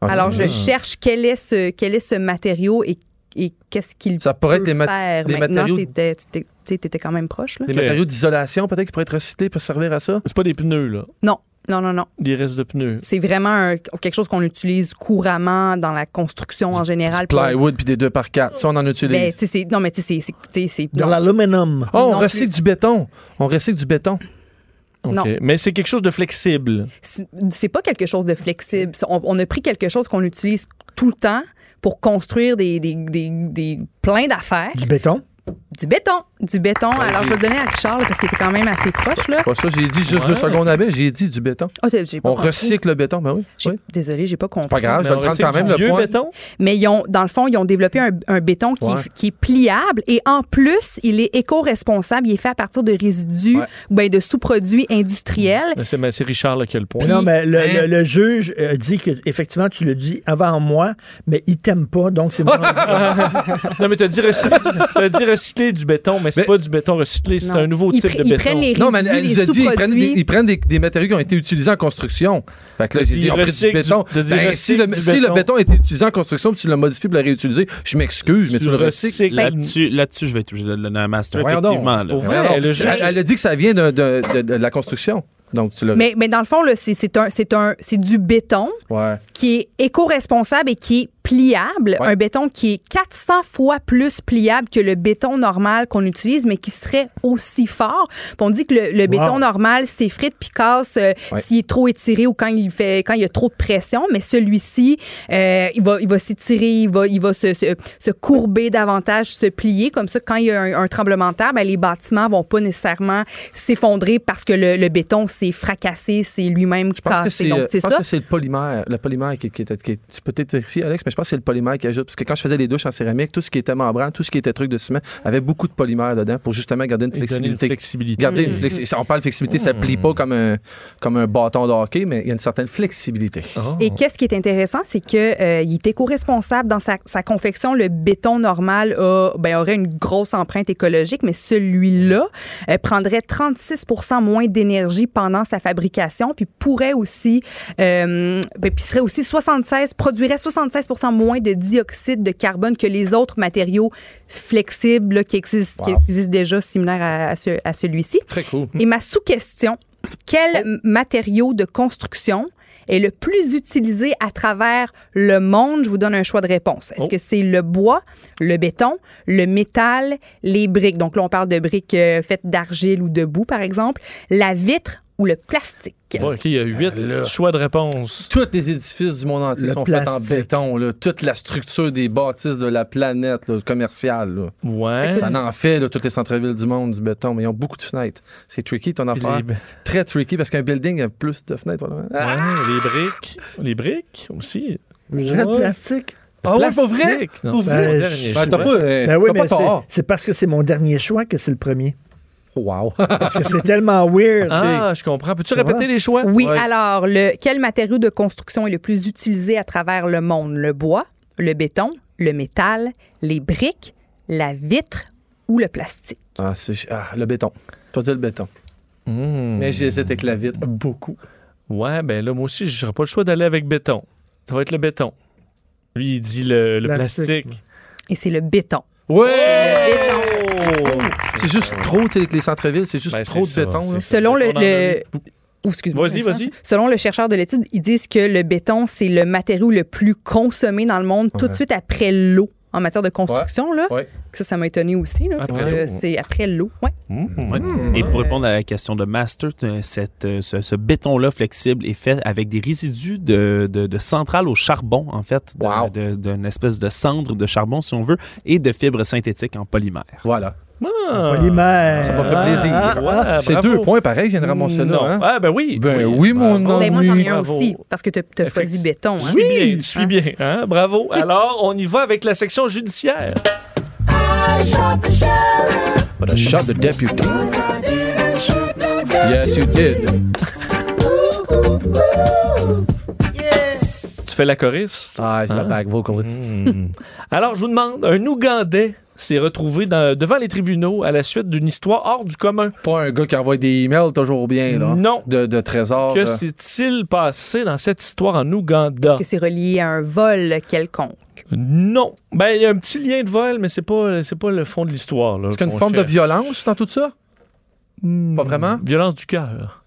Speaker 5: Ah,
Speaker 6: Alors, je
Speaker 5: ah.
Speaker 6: cherche quel est ce, quel est ce matériau et, et qu'est-ce qu'il
Speaker 5: Ça pourrait être
Speaker 6: peut
Speaker 5: des mat-
Speaker 6: faire.
Speaker 5: des
Speaker 6: Maintenant,
Speaker 5: matériaux-
Speaker 6: t'étais- tu t'es- tu étais quand même proche. Là.
Speaker 5: Des
Speaker 3: Ok.
Speaker 5: matériaux d'isolation, peut-être, qui pourraient être recyclés pour servir à ça?
Speaker 3: C'est pas des pneus, là.
Speaker 6: Non, non, non, non.
Speaker 3: Des restes de pneus.
Speaker 6: C'est vraiment un- quelque chose qu'on utilise couramment dans la construction en général.
Speaker 5: Du plywood puis des 2 par 4 Ça, on en
Speaker 6: Ben,
Speaker 5: utilise.
Speaker 6: tu sais, c'est- non, mais tu sais, c'est- c'est- tu sais, c'est...
Speaker 4: De
Speaker 6: non.
Speaker 4: l'aluminium.
Speaker 5: oh, on
Speaker 6: non
Speaker 5: recycle du béton. On recycle du béton.
Speaker 3: OK.
Speaker 6: Non.
Speaker 3: Mais c'est quelque chose de flexible.
Speaker 6: c'est c'est pas quelque chose de flexible. On, on a pris quelque chose qu'on utilise tout le temps pour construire des, des, des- des- plein d'affaires.
Speaker 4: Du béton.
Speaker 6: Du béton, du béton.
Speaker 5: Ah,
Speaker 6: Alors, je vais le donner à Richard là, parce qu'il était quand même assez proche. Là.
Speaker 5: Pas ça, j'ai dit juste
Speaker 6: Ouais.
Speaker 5: deux secondes après, j'ai dit du béton.
Speaker 6: Ah, t'as- j'ai pas
Speaker 5: On
Speaker 6: compris.
Speaker 5: recycle le béton, ben oui. oui.
Speaker 6: Désolé, j'ai pas compris.
Speaker 5: pas grave, Ah, je vais le prendre quand même le point.
Speaker 6: Mais ils ont, dans le fond, ils ont développé un, un béton qui,
Speaker 5: Ouais.
Speaker 6: qui est pliable et en plus, il est éco-responsable. Il est fait à partir de résidus ou ben, de sous-produits industriels.
Speaker 3: Mais c'est mais c'est Richard là, qui a le point.
Speaker 4: Non, mais le, le- le juge euh, dit que effectivement tu le dis avant moi, mais il t'aime pas, donc
Speaker 5: [LAUGHS]
Speaker 4: c'est moi.
Speaker 3: non, mais t'as dit, recycler du- t'as dit recycler du béton, mais c'est pas du béton recyclé, c'est
Speaker 4: Non.
Speaker 3: un nouveau
Speaker 4: Ils
Speaker 3: type
Speaker 4: pr-
Speaker 3: de
Speaker 4: ils
Speaker 3: béton.
Speaker 4: prennent les
Speaker 5: Non, mais elle- elle nous a dit, ils prennent, des, ils prennent des- des matériaux qui ont été utilisés en construction. Fait que là, j'ai
Speaker 3: Ils
Speaker 5: dit, on prend du
Speaker 3: recyclent
Speaker 5: béton.
Speaker 3: du- de dire
Speaker 5: Ben, si
Speaker 3: recycle
Speaker 5: le,
Speaker 3: du
Speaker 5: si le
Speaker 3: béton.
Speaker 5: béton a été utilisé en construction, puis tu l'as modifié pour le réutiliser, je m'excuse, mais tu, le recycles.
Speaker 9: Là-dessus, là-dessus, je vais être obligé de donner un master.
Speaker 5: Ben, Voyons donc.
Speaker 9: Effectivement. là.
Speaker 5: Ben, Voyons donc.
Speaker 9: Voyons donc.
Speaker 5: Elle, elle a dit que ça vient de, de- de- de la construction. Donc, tu l'as.
Speaker 6: Mais, mais dans le fond, là, c'est c'est un- c'est un- c'est du béton
Speaker 5: Ouais.
Speaker 6: qui est éco-responsable et qui est pliable.
Speaker 5: Ouais.
Speaker 6: Un béton qui est 400 fois plus pliable que le béton normal qu'on utilise, mais qui serait aussi fort. Puis on dit que le, le béton
Speaker 11: Wow.
Speaker 6: normal s'effrite puis casse euh,
Speaker 11: Ouais.
Speaker 6: s'il est trop étiré ou quand il fait quand il y a trop de pression, mais celui-ci, euh, il va, il va s'étirer, il va, il va se, se- se courber davantage, se plier. Comme ça, quand il y a un, un tremblement de terre, ben, les bâtiments vont pas nécessairement s'effondrer parce que le, le béton s'est fracassé, c'est lui-même
Speaker 5: Je pense que
Speaker 6: cassé.
Speaker 5: c'est,
Speaker 6: Donc,
Speaker 5: euh,
Speaker 6: Ah, c'est
Speaker 5: je pense
Speaker 6: ça.
Speaker 5: que c'est le polymère, le polymère qui, qui était- qui- tu peux peut-être vérifier, Alex, mais je pense que c'est le polymère qui ajoute. Parce que quand je faisais les douches en céramique, tout ce qui était membrane, tout ce qui était truc de ciment, avait beaucoup de polymère dedans pour justement garder une
Speaker 3: Et donner
Speaker 5: flexibilité.
Speaker 3: une flexibilité.
Speaker 5: Garder une
Speaker 3: Mm.
Speaker 5: flexi- On parle de flexibilité, ça plie
Speaker 3: Hmm.
Speaker 5: pas comme un, comme un bâton de hockey, mais il y a une certaine flexibilité.
Speaker 3: Ah,
Speaker 6: Et qu'est-ce qui est intéressant, c'est que euh, il est éco-responsable dans sa, sa confection. Le béton normal a- ben, aurait une grosse empreinte écologique, mais celui-là euh, prendrait 36 moins d'énergie pendant sa fabrication, puis pourrait aussi, euh, ben, puis serait aussi 76, produirait 76 moins de dioxyde de carbone que les autres matériaux flexibles là, qui, existent, qui
Speaker 11: Wow.
Speaker 6: existent déjà, similaires à, à ce- à celui-ci.
Speaker 5: Très cool.
Speaker 6: Et ma sous-question, quel matériau de construction est le plus utilisé à travers le monde? Je vous donne un choix de réponse. Est-ce que c'est le bois, le béton, le métal, les briques? Donc là, on parle de briques euh, faites d'argile ou de boue, par exemple, la vitre ou le plastique?
Speaker 3: Bon, OK, il y a huit choix de réponse.
Speaker 5: Tous les édifices du monde entier
Speaker 3: Le
Speaker 5: sont
Speaker 3: plastique.
Speaker 5: faits en béton. là. Toute la structure des bâtisses de la planète là, commerciale. là.
Speaker 3: Ouais.
Speaker 5: Ça en fait, là, toutes les centres-villes du monde, du béton, mais ils ont beaucoup de fenêtres. C'est tricky, ton affaire.
Speaker 3: les-
Speaker 5: Très tricky, parce qu'un building a plus de fenêtres. probablement. Ah,
Speaker 3: Ouais, les briques. Les briques aussi.
Speaker 4: Je dirais le
Speaker 3: Ouais.
Speaker 4: plastique.
Speaker 3: Le
Speaker 5: Ah ouais,
Speaker 3: plastique,
Speaker 5: pour vrai?
Speaker 3: non,
Speaker 5: Pour
Speaker 3: c'est
Speaker 5: vrai?
Speaker 3: mon
Speaker 5: Ben,
Speaker 3: dernier
Speaker 5: je- ben,
Speaker 3: choix.
Speaker 5: t'as pas, euh,
Speaker 4: Ben oui,
Speaker 5: t'as
Speaker 4: mais c'est,
Speaker 5: pas tort.
Speaker 4: c'est parce que c'est mon dernier choix que c'est le
Speaker 5: [LAUGHS]
Speaker 4: premier.
Speaker 5: Wow.
Speaker 4: parce que c'est tellement weird.
Speaker 3: Ah, je comprends. Peux-tu répéter les choix?
Speaker 6: Oui, alors, le, quel matériau de construction est le plus utilisé à travers le monde? Le bois, le béton, le métal, les briques, la vitre ou le plastique?
Speaker 5: Ah, c'est- ah, le béton. Je vais dire le béton.
Speaker 3: Hmm.
Speaker 5: Mais j'hésite avec la vitre
Speaker 3: Ben,
Speaker 5: beaucoup.
Speaker 3: Ouais, ben là, moi aussi, je n'aurais pas le choix d'aller avec béton. Ça va être le béton. Lui, il dit le, le
Speaker 5: Plastique.
Speaker 3: plastique.
Speaker 6: Et c'est le béton.
Speaker 5: Ouais!
Speaker 3: Oh!
Speaker 5: C'est juste trop, tu sais, avec les centres-villes, c'est juste trop de
Speaker 3: Ben, c'est ça,
Speaker 5: béton. là.
Speaker 6: Selon le, le- ou excuse-moi,
Speaker 5: Vas-y,
Speaker 6: Vincent.
Speaker 5: vas-y.
Speaker 6: Selon le chercheur de l'étude, ils disent que le béton, c'est le matériau le plus consommé dans le monde tout de
Speaker 11: Ouais.
Speaker 6: suite après l'eau en matière de construction. Là. Ça, ça m'a étonné aussi. là,
Speaker 9: Après
Speaker 6: parce que
Speaker 9: l'eau.
Speaker 6: c'est après l'eau. Ouais.
Speaker 5: Hmm.
Speaker 9: Ouais.
Speaker 6: Hmm.
Speaker 9: Et pour répondre à la question de Master, t- cette, euh, ce, ce béton-là flexible est fait avec des résidus de, de, de centrales au charbon, en fait, de- de- d'une espèce de cendre de charbon, si on veut, et de fibres synthétiques en polymère.
Speaker 5: Voilà.
Speaker 3: Ah.
Speaker 4: Polymère.
Speaker 5: Ça m'a fait
Speaker 3: Ah,
Speaker 5: plaisir.
Speaker 3: ouais,
Speaker 5: c'est
Speaker 3: bravo.
Speaker 5: deux points pareil, je viens de ramasser
Speaker 3: Non.
Speaker 5: là. hein.
Speaker 3: Ah, ben oui.
Speaker 5: Ben oui,
Speaker 3: Bravo.
Speaker 5: mon nom.
Speaker 6: Ben, moi, j'en ai un
Speaker 3: Bravo.
Speaker 6: aussi parce que tu as choisi béton.
Speaker 3: Tu
Speaker 6: hein.
Speaker 3: suis bien, tu suis bien. Hein? Bravo. Alors, on y va avec la section judiciaire.
Speaker 5: But I shot the deputy. Yes, you did.
Speaker 3: Tu fais la choriste.
Speaker 5: Ah, c'est
Speaker 3: ma
Speaker 5: back vocalist.
Speaker 3: Hmm. Alors, je vous demande, un Ougandais s'est retrouvé dans- devant les tribunaux à la suite d'une histoire hors du commun.
Speaker 5: Pas un gars qui envoie des emails toujours bien, là.
Speaker 3: Non.
Speaker 5: De, de trésors.
Speaker 3: Que
Speaker 5: euh.
Speaker 3: s'est-il passé dans cette histoire en Ouganda?
Speaker 6: Est-ce que c'est relié à un vol quelconque?
Speaker 3: Non. Ben, il y a un petit lien de vol, mais c'est pas, c'est pas le fond de l'histoire. là,
Speaker 5: Est-ce qu'il y a une
Speaker 3: qu'on
Speaker 5: forme de
Speaker 3: cherche.
Speaker 5: violence dans tout ça? Pas vraiment?
Speaker 3: Violence du cœur.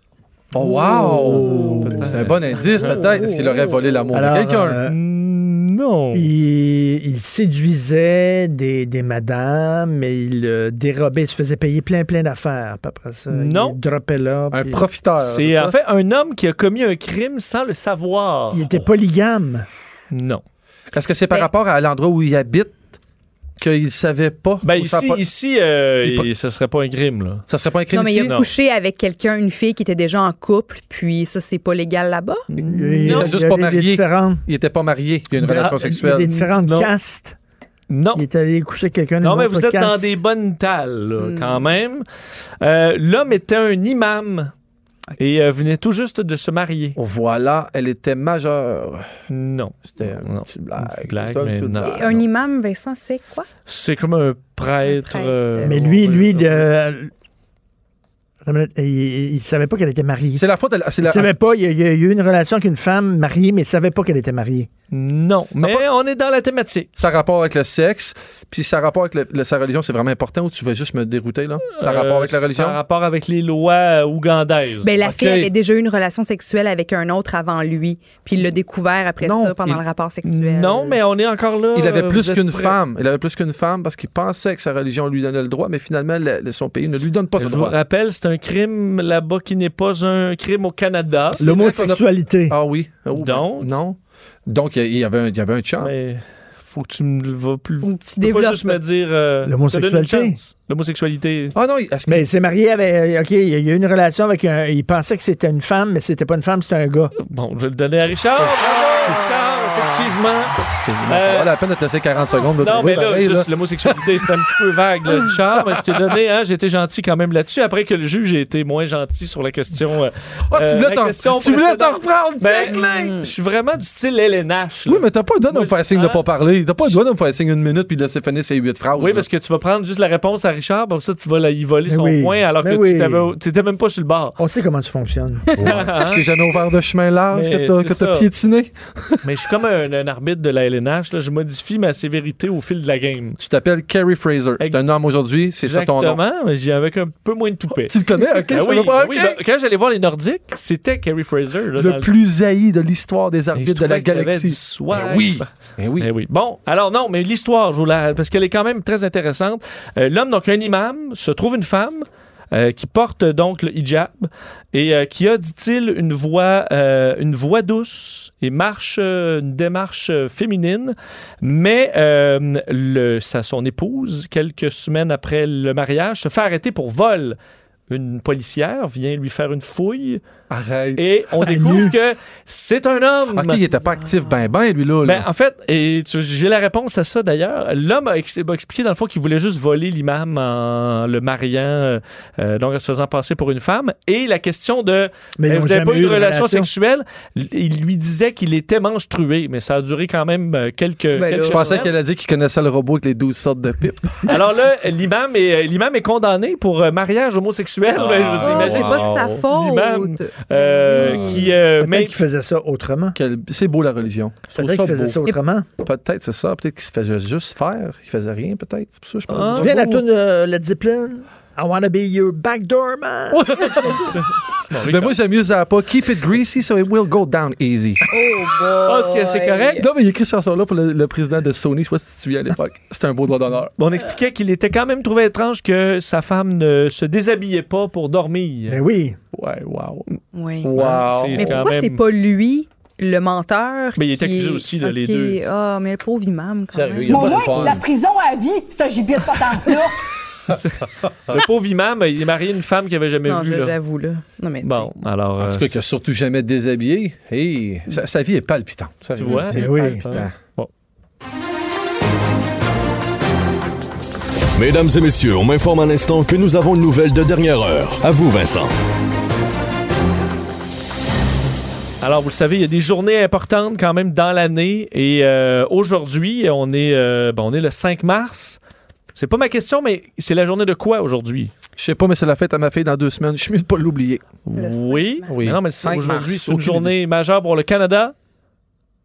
Speaker 5: Oh,
Speaker 3: Oh,
Speaker 5: wow! C'est un bon indice, peut-être. Est-ce qu'il aurait volé l'amour de
Speaker 4: Alors,
Speaker 5: quelqu'un?
Speaker 4: euh,
Speaker 3: Non.
Speaker 4: Il, il séduisait des, des madames, mais il euh, dérobait, il se faisait payer plein, plein d'affaires. Puis après ça,
Speaker 3: Non.
Speaker 4: il dropait là.
Speaker 5: Un
Speaker 4: puis-
Speaker 5: profiteur.
Speaker 3: C'est en fait un homme qui a commis un crime sans le savoir.
Speaker 4: Il était polygame.
Speaker 3: Non. euh, ben-
Speaker 5: Est-ce que c'est par rapport à l'endroit où il habite? qu'il savait pas?
Speaker 3: Ben
Speaker 5: Ou ça a
Speaker 3: ici,
Speaker 5: pas-
Speaker 3: ici euh, il- ce serait pas un crime, là.
Speaker 5: Ça serait pas un crime
Speaker 6: Non, mais
Speaker 5: ici?
Speaker 6: il a couché avec quelqu'un, une fille qui était déjà en couple, puis ça, c'est pas légal là-bas.
Speaker 4: Il y
Speaker 5: Non,
Speaker 4: a,
Speaker 5: juste
Speaker 4: il y a
Speaker 5: pas
Speaker 4: des-
Speaker 5: marié.
Speaker 4: des différentes,
Speaker 5: Il était pas marié. Il y a une
Speaker 4: il y a-
Speaker 5: relation
Speaker 4: il y a des
Speaker 5: sexuelle.
Speaker 4: différentes
Speaker 3: Non.
Speaker 4: castes.
Speaker 3: Non.
Speaker 4: Il est allé coucher avec quelqu'un.
Speaker 3: Non,
Speaker 4: d'une
Speaker 3: mais
Speaker 4: autre
Speaker 3: vous êtes dans
Speaker 4: caste.
Speaker 3: des bonnes talles, là,
Speaker 5: Hmm.
Speaker 3: quand même. Euh, L'homme était un imam et euh, venait tout juste de se marier.
Speaker 5: Oh, voilà, elle était majeure.
Speaker 3: Non.
Speaker 5: C'était une
Speaker 3: Non.
Speaker 5: petite blague.
Speaker 3: Une petite blague,
Speaker 5: C'était une
Speaker 3: mais
Speaker 5: petite
Speaker 3: non.
Speaker 5: blague.
Speaker 6: Et un imam, Vincent, c'est quoi?
Speaker 3: C'est comme un prêtre.
Speaker 6: Un prêtre.
Speaker 3: euh,
Speaker 4: Mais
Speaker 3: on
Speaker 4: lui,
Speaker 3: peut-
Speaker 4: lui,
Speaker 3: on
Speaker 4: de-
Speaker 3: peut- euh,
Speaker 4: Attends une minute, il, il- il savait pas qu'elle était mariée.
Speaker 5: C'est la faute. à la- C'est
Speaker 4: Il
Speaker 5: la...
Speaker 4: savait pas, il y a, il y a eu une relation avec une femme mariée, mais il savait pas qu'elle était mariée.
Speaker 3: Non, mais on est dans la thématique.
Speaker 5: Ça a rapport avec le sexe, puis ça a rapport avec le- le- sa religion, c'est vraiment important ou tu vas juste me dérouter, là? Ça a
Speaker 3: Euh,
Speaker 5: rapport avec la religion?
Speaker 3: Ça a rapport avec les lois euh, ougandaises.
Speaker 6: Ben, la
Speaker 5: Ok.
Speaker 6: fille avait déjà eu une relation sexuelle avec un autre avant lui, puis il l'a découvert après
Speaker 5: Non,
Speaker 6: ça pendant
Speaker 5: il-
Speaker 6: le rapport sexuel.
Speaker 3: non, mais on est encore là.
Speaker 5: Il avait
Speaker 3: euh,
Speaker 5: plus
Speaker 3: vous êtes
Speaker 5: qu'une
Speaker 3: prêts?
Speaker 5: femme. Il avait plus qu'une femme parce qu'il pensait que sa religion lui donnait le droit, mais finalement, le- le- son pays ne lui donne pas
Speaker 3: Je
Speaker 5: ce
Speaker 3: vous
Speaker 5: droit.
Speaker 3: rappelle, c'est un crime là-bas qui n'est pas un crime au Canada.
Speaker 5: vrai
Speaker 4: L'homosexualité.
Speaker 5: Ah oui. Oh,
Speaker 3: Donc?
Speaker 5: ben, Non. Donc, il y avait un, il y avait un chum.
Speaker 3: Mais faut que tu me le vas plus.
Speaker 6: Ou
Speaker 3: Tu peux
Speaker 6: tu
Speaker 3: pas
Speaker 6: développes.
Speaker 3: juste me dire. euh,
Speaker 4: L'homosexualité.
Speaker 3: je te donne une chance. L'homosexualité.
Speaker 5: Ah non, est-ce que-
Speaker 4: Mais Ben, il s'est marié avec. euh, OK, il y a eu une relation avec un. Il pensait que c'était une femme, mais c'était pas une femme, c'était
Speaker 3: [LAUGHS]
Speaker 4: un gars.
Speaker 3: Bon, je vais le donner à Richard. Bravo, Richard, effectivement.
Speaker 5: c'est- Ah, ça
Speaker 3: Euh,
Speaker 5: valait la peine de te laisser 40 secondes. de
Speaker 3: Non,
Speaker 5: trouver
Speaker 3: mais là,
Speaker 5: pareil, là.
Speaker 3: juste l'homosexualité, c'est un petit peu vague,
Speaker 5: [LAUGHS]
Speaker 3: là, Richard. Mais je t'ai donné, hein, j'étais gentil quand même là-dessus. Après que le juge ait été moins gentil sur la question. euh,
Speaker 5: Ah,
Speaker 3: euh,
Speaker 5: tu voulais
Speaker 3: la
Speaker 5: t'en
Speaker 3: question
Speaker 5: tu voulais t'en
Speaker 3: précédente.
Speaker 5: reprendre,
Speaker 3: Ben,
Speaker 5: check, là!
Speaker 3: Je suis vraiment du style LNH. là.
Speaker 5: Oui, mais t'as pas le droit de me
Speaker 3: Moi,
Speaker 5: faire signe de
Speaker 3: hein?
Speaker 5: pas parler. T'as pas le droit de me faire signe une minute puis de laisser finir ses huit phrases.
Speaker 3: Oui,
Speaker 5: là.
Speaker 3: parce que tu vas prendre juste la réponse à Richard, pour ça tu vas la- y voler
Speaker 4: Mais
Speaker 3: son
Speaker 4: oui,
Speaker 3: point alors que
Speaker 4: mais
Speaker 3: tu
Speaker 4: oui.
Speaker 3: t'avais- tu n'étais même pas sur le bord.
Speaker 4: On sait comment tu fonctionnes.
Speaker 3: [LAUGHS]
Speaker 5: Je t'ai jamais ouvert de chemin large
Speaker 3: hein? Mais
Speaker 5: que t'as-
Speaker 3: c'est
Speaker 5: que
Speaker 3: ça.
Speaker 5: t'as piétiné.
Speaker 3: Mais je suis comme un, un arbitre de la LNH, là, je modifie ma sévérité au fil de la game.
Speaker 5: Tu t'appelles Carrie Fraser. C'est
Speaker 3: Ex-
Speaker 5: un homme aujourd'hui, c'est ça ton nom. Oh,
Speaker 3: Exactement, mais j'ai avec un peu moins de toupet.
Speaker 5: Tu le connais? Ok,
Speaker 3: Ah
Speaker 5: je
Speaker 3: oui,
Speaker 5: savais pas.
Speaker 3: oui,
Speaker 5: Ok.
Speaker 3: ben, quand j'allais voir les Nordiques, c'était Kerry Fraser. là, dans
Speaker 5: le plus haï de l'histoire des
Speaker 3: Et je
Speaker 5: arbitres de la
Speaker 3: trouvais qu'il y avait du
Speaker 5: galaxie.
Speaker 3: swag.
Speaker 5: Ben oui. Ben oui.
Speaker 3: Eh oui. Bon, alors non, mais l'histoire, je vous la... parce qu'elle est quand même très intéressante. Euh, L'homme, donc un imam, se trouve une femme euh, qui porte euh, donc le hijab et euh, qui a, dit-il, une voix, euh, une voix douce et marche euh, une démarche euh, féminine. Mais euh, le, sa, son épouse, quelques semaines après le mariage, se fait arrêter pour vol. Une policière vient lui faire une fouille
Speaker 5: Arrête.
Speaker 3: et on découvre que c'est un homme.
Speaker 5: Ok, il était pas actif ben ben, lui, là.
Speaker 3: Ben,
Speaker 5: là.
Speaker 3: en fait, et tu- j'ai la réponse à ça d'ailleurs. L'homme a, ex- m'a expliqué dans le fond qu'il voulait juste voler l'imam en le mariant, euh, euh, donc en se faisant passer pour une femme. Et la question de
Speaker 4: [LAUGHS] Mais ils
Speaker 3: euh,
Speaker 4: ont
Speaker 3: vous n'avez
Speaker 4: jamais
Speaker 3: pas eu de relation,
Speaker 4: relation.
Speaker 3: sexuelle, l- il lui disait qu'il était menstrué, mais ça a duré quand même euh, quelques.
Speaker 6: là,
Speaker 3: quelques
Speaker 5: Ben Je pensais
Speaker 3: semaines.
Speaker 5: qu'elle a dit qu'il connaissait le robot avec les 12 sortes de pipes. [LAUGHS]
Speaker 3: Alors là, l'imam est, euh, l'imam est condamné pour euh, mariage homosexuel. [LAUGHS]
Speaker 5: Ah.
Speaker 3: là, je vous
Speaker 6: Oh,
Speaker 3: imagine.
Speaker 6: c'est pas de sa
Speaker 3: L'imam,
Speaker 6: faute. Oh,
Speaker 3: Euh,
Speaker 6: Oui.
Speaker 3: qui euh,
Speaker 4: Peut-être
Speaker 3: mais-
Speaker 4: qu'il faisait ça autrement.
Speaker 5: Quel- C'est beau la religion. Je trouve
Speaker 4: Peut-être qu'il
Speaker 5: ça
Speaker 4: faisait
Speaker 5: beau.
Speaker 4: ça autrement.
Speaker 5: Peut-être, c'est ça. Peut-être qu'il se faisait juste faire. Il faisait rien, peut-être. C'est pour ça que je pense.
Speaker 3: Ah.
Speaker 4: Tu viens la tune euh, Led Zeppelin? I wanna be your backdoor man.
Speaker 3: Bon,
Speaker 5: Mais
Speaker 3: Richard.
Speaker 5: moi, j'aime mieux Zappa. Keep it greasy so it will go down easy.
Speaker 4: hein.
Speaker 3: Ah, est-ce que c'est correct?
Speaker 5: non, mais il a écrit cette chanson-là pour le, le président de Sony, je sais pas si tu viens à l'époque. C'était un beau doigt d'honneur.
Speaker 3: On expliquait qu'il était quand même trouvé étrange que sa femme ne se déshabillait pas pour dormir.
Speaker 4: ben oui.
Speaker 5: Ouais, wow.
Speaker 6: Oui.
Speaker 5: Wow.
Speaker 3: C'est-
Speaker 6: Mais
Speaker 3: quand
Speaker 6: pourquoi
Speaker 3: même-
Speaker 6: c'est pas lui le menteur
Speaker 3: Mais il est
Speaker 6: qui
Speaker 3: accusé
Speaker 6: est-
Speaker 3: aussi, là, les
Speaker 6: Ok.
Speaker 3: deux.
Speaker 6: Ah, mais le pauvre imam, quand
Speaker 5: Sérieux,
Speaker 6: même.
Speaker 5: il a pas de fun.
Speaker 11: prison à vie, c'est un gibier de potence-là.
Speaker 5: Ah.
Speaker 3: Le pauvre imam, il est marié à une femme qu'il avait jamais
Speaker 6: Non,
Speaker 3: vue.
Speaker 6: je-
Speaker 3: Là.
Speaker 6: j'avoue, là. Non, mais
Speaker 3: Bon, alors.
Speaker 5: En
Speaker 3: euh,
Speaker 5: tout cas, qui a surtout jamais déshabillé. Hey, sa, sa vie est palpitante.
Speaker 3: tu vois.
Speaker 4: Ben oui.
Speaker 5: Putain.
Speaker 2: Mesdames et messieurs, on m'informe à l'instant que nous avons une nouvelle de dernière heure. À vous, Vincent.
Speaker 3: Alors, vous le savez, il y a des journées importantes quand même dans l'année. Et euh, aujourd'hui, on, est, euh, bon, on est le 5 mars. C'est pas ma question, mais c'est la journée de quoi aujourd'hui?
Speaker 5: Je sais pas, mais c'est la fête à ma fille dans deux semaines. Je suis mieux de pas l'oublier.
Speaker 6: Le 5
Speaker 3: Oui.
Speaker 6: mars.
Speaker 5: Oui.
Speaker 3: Non, mais c'est-
Speaker 5: 5 mars,
Speaker 3: aujourd'hui, c'est une
Speaker 5: aucune
Speaker 3: journée majeure pour le Canada.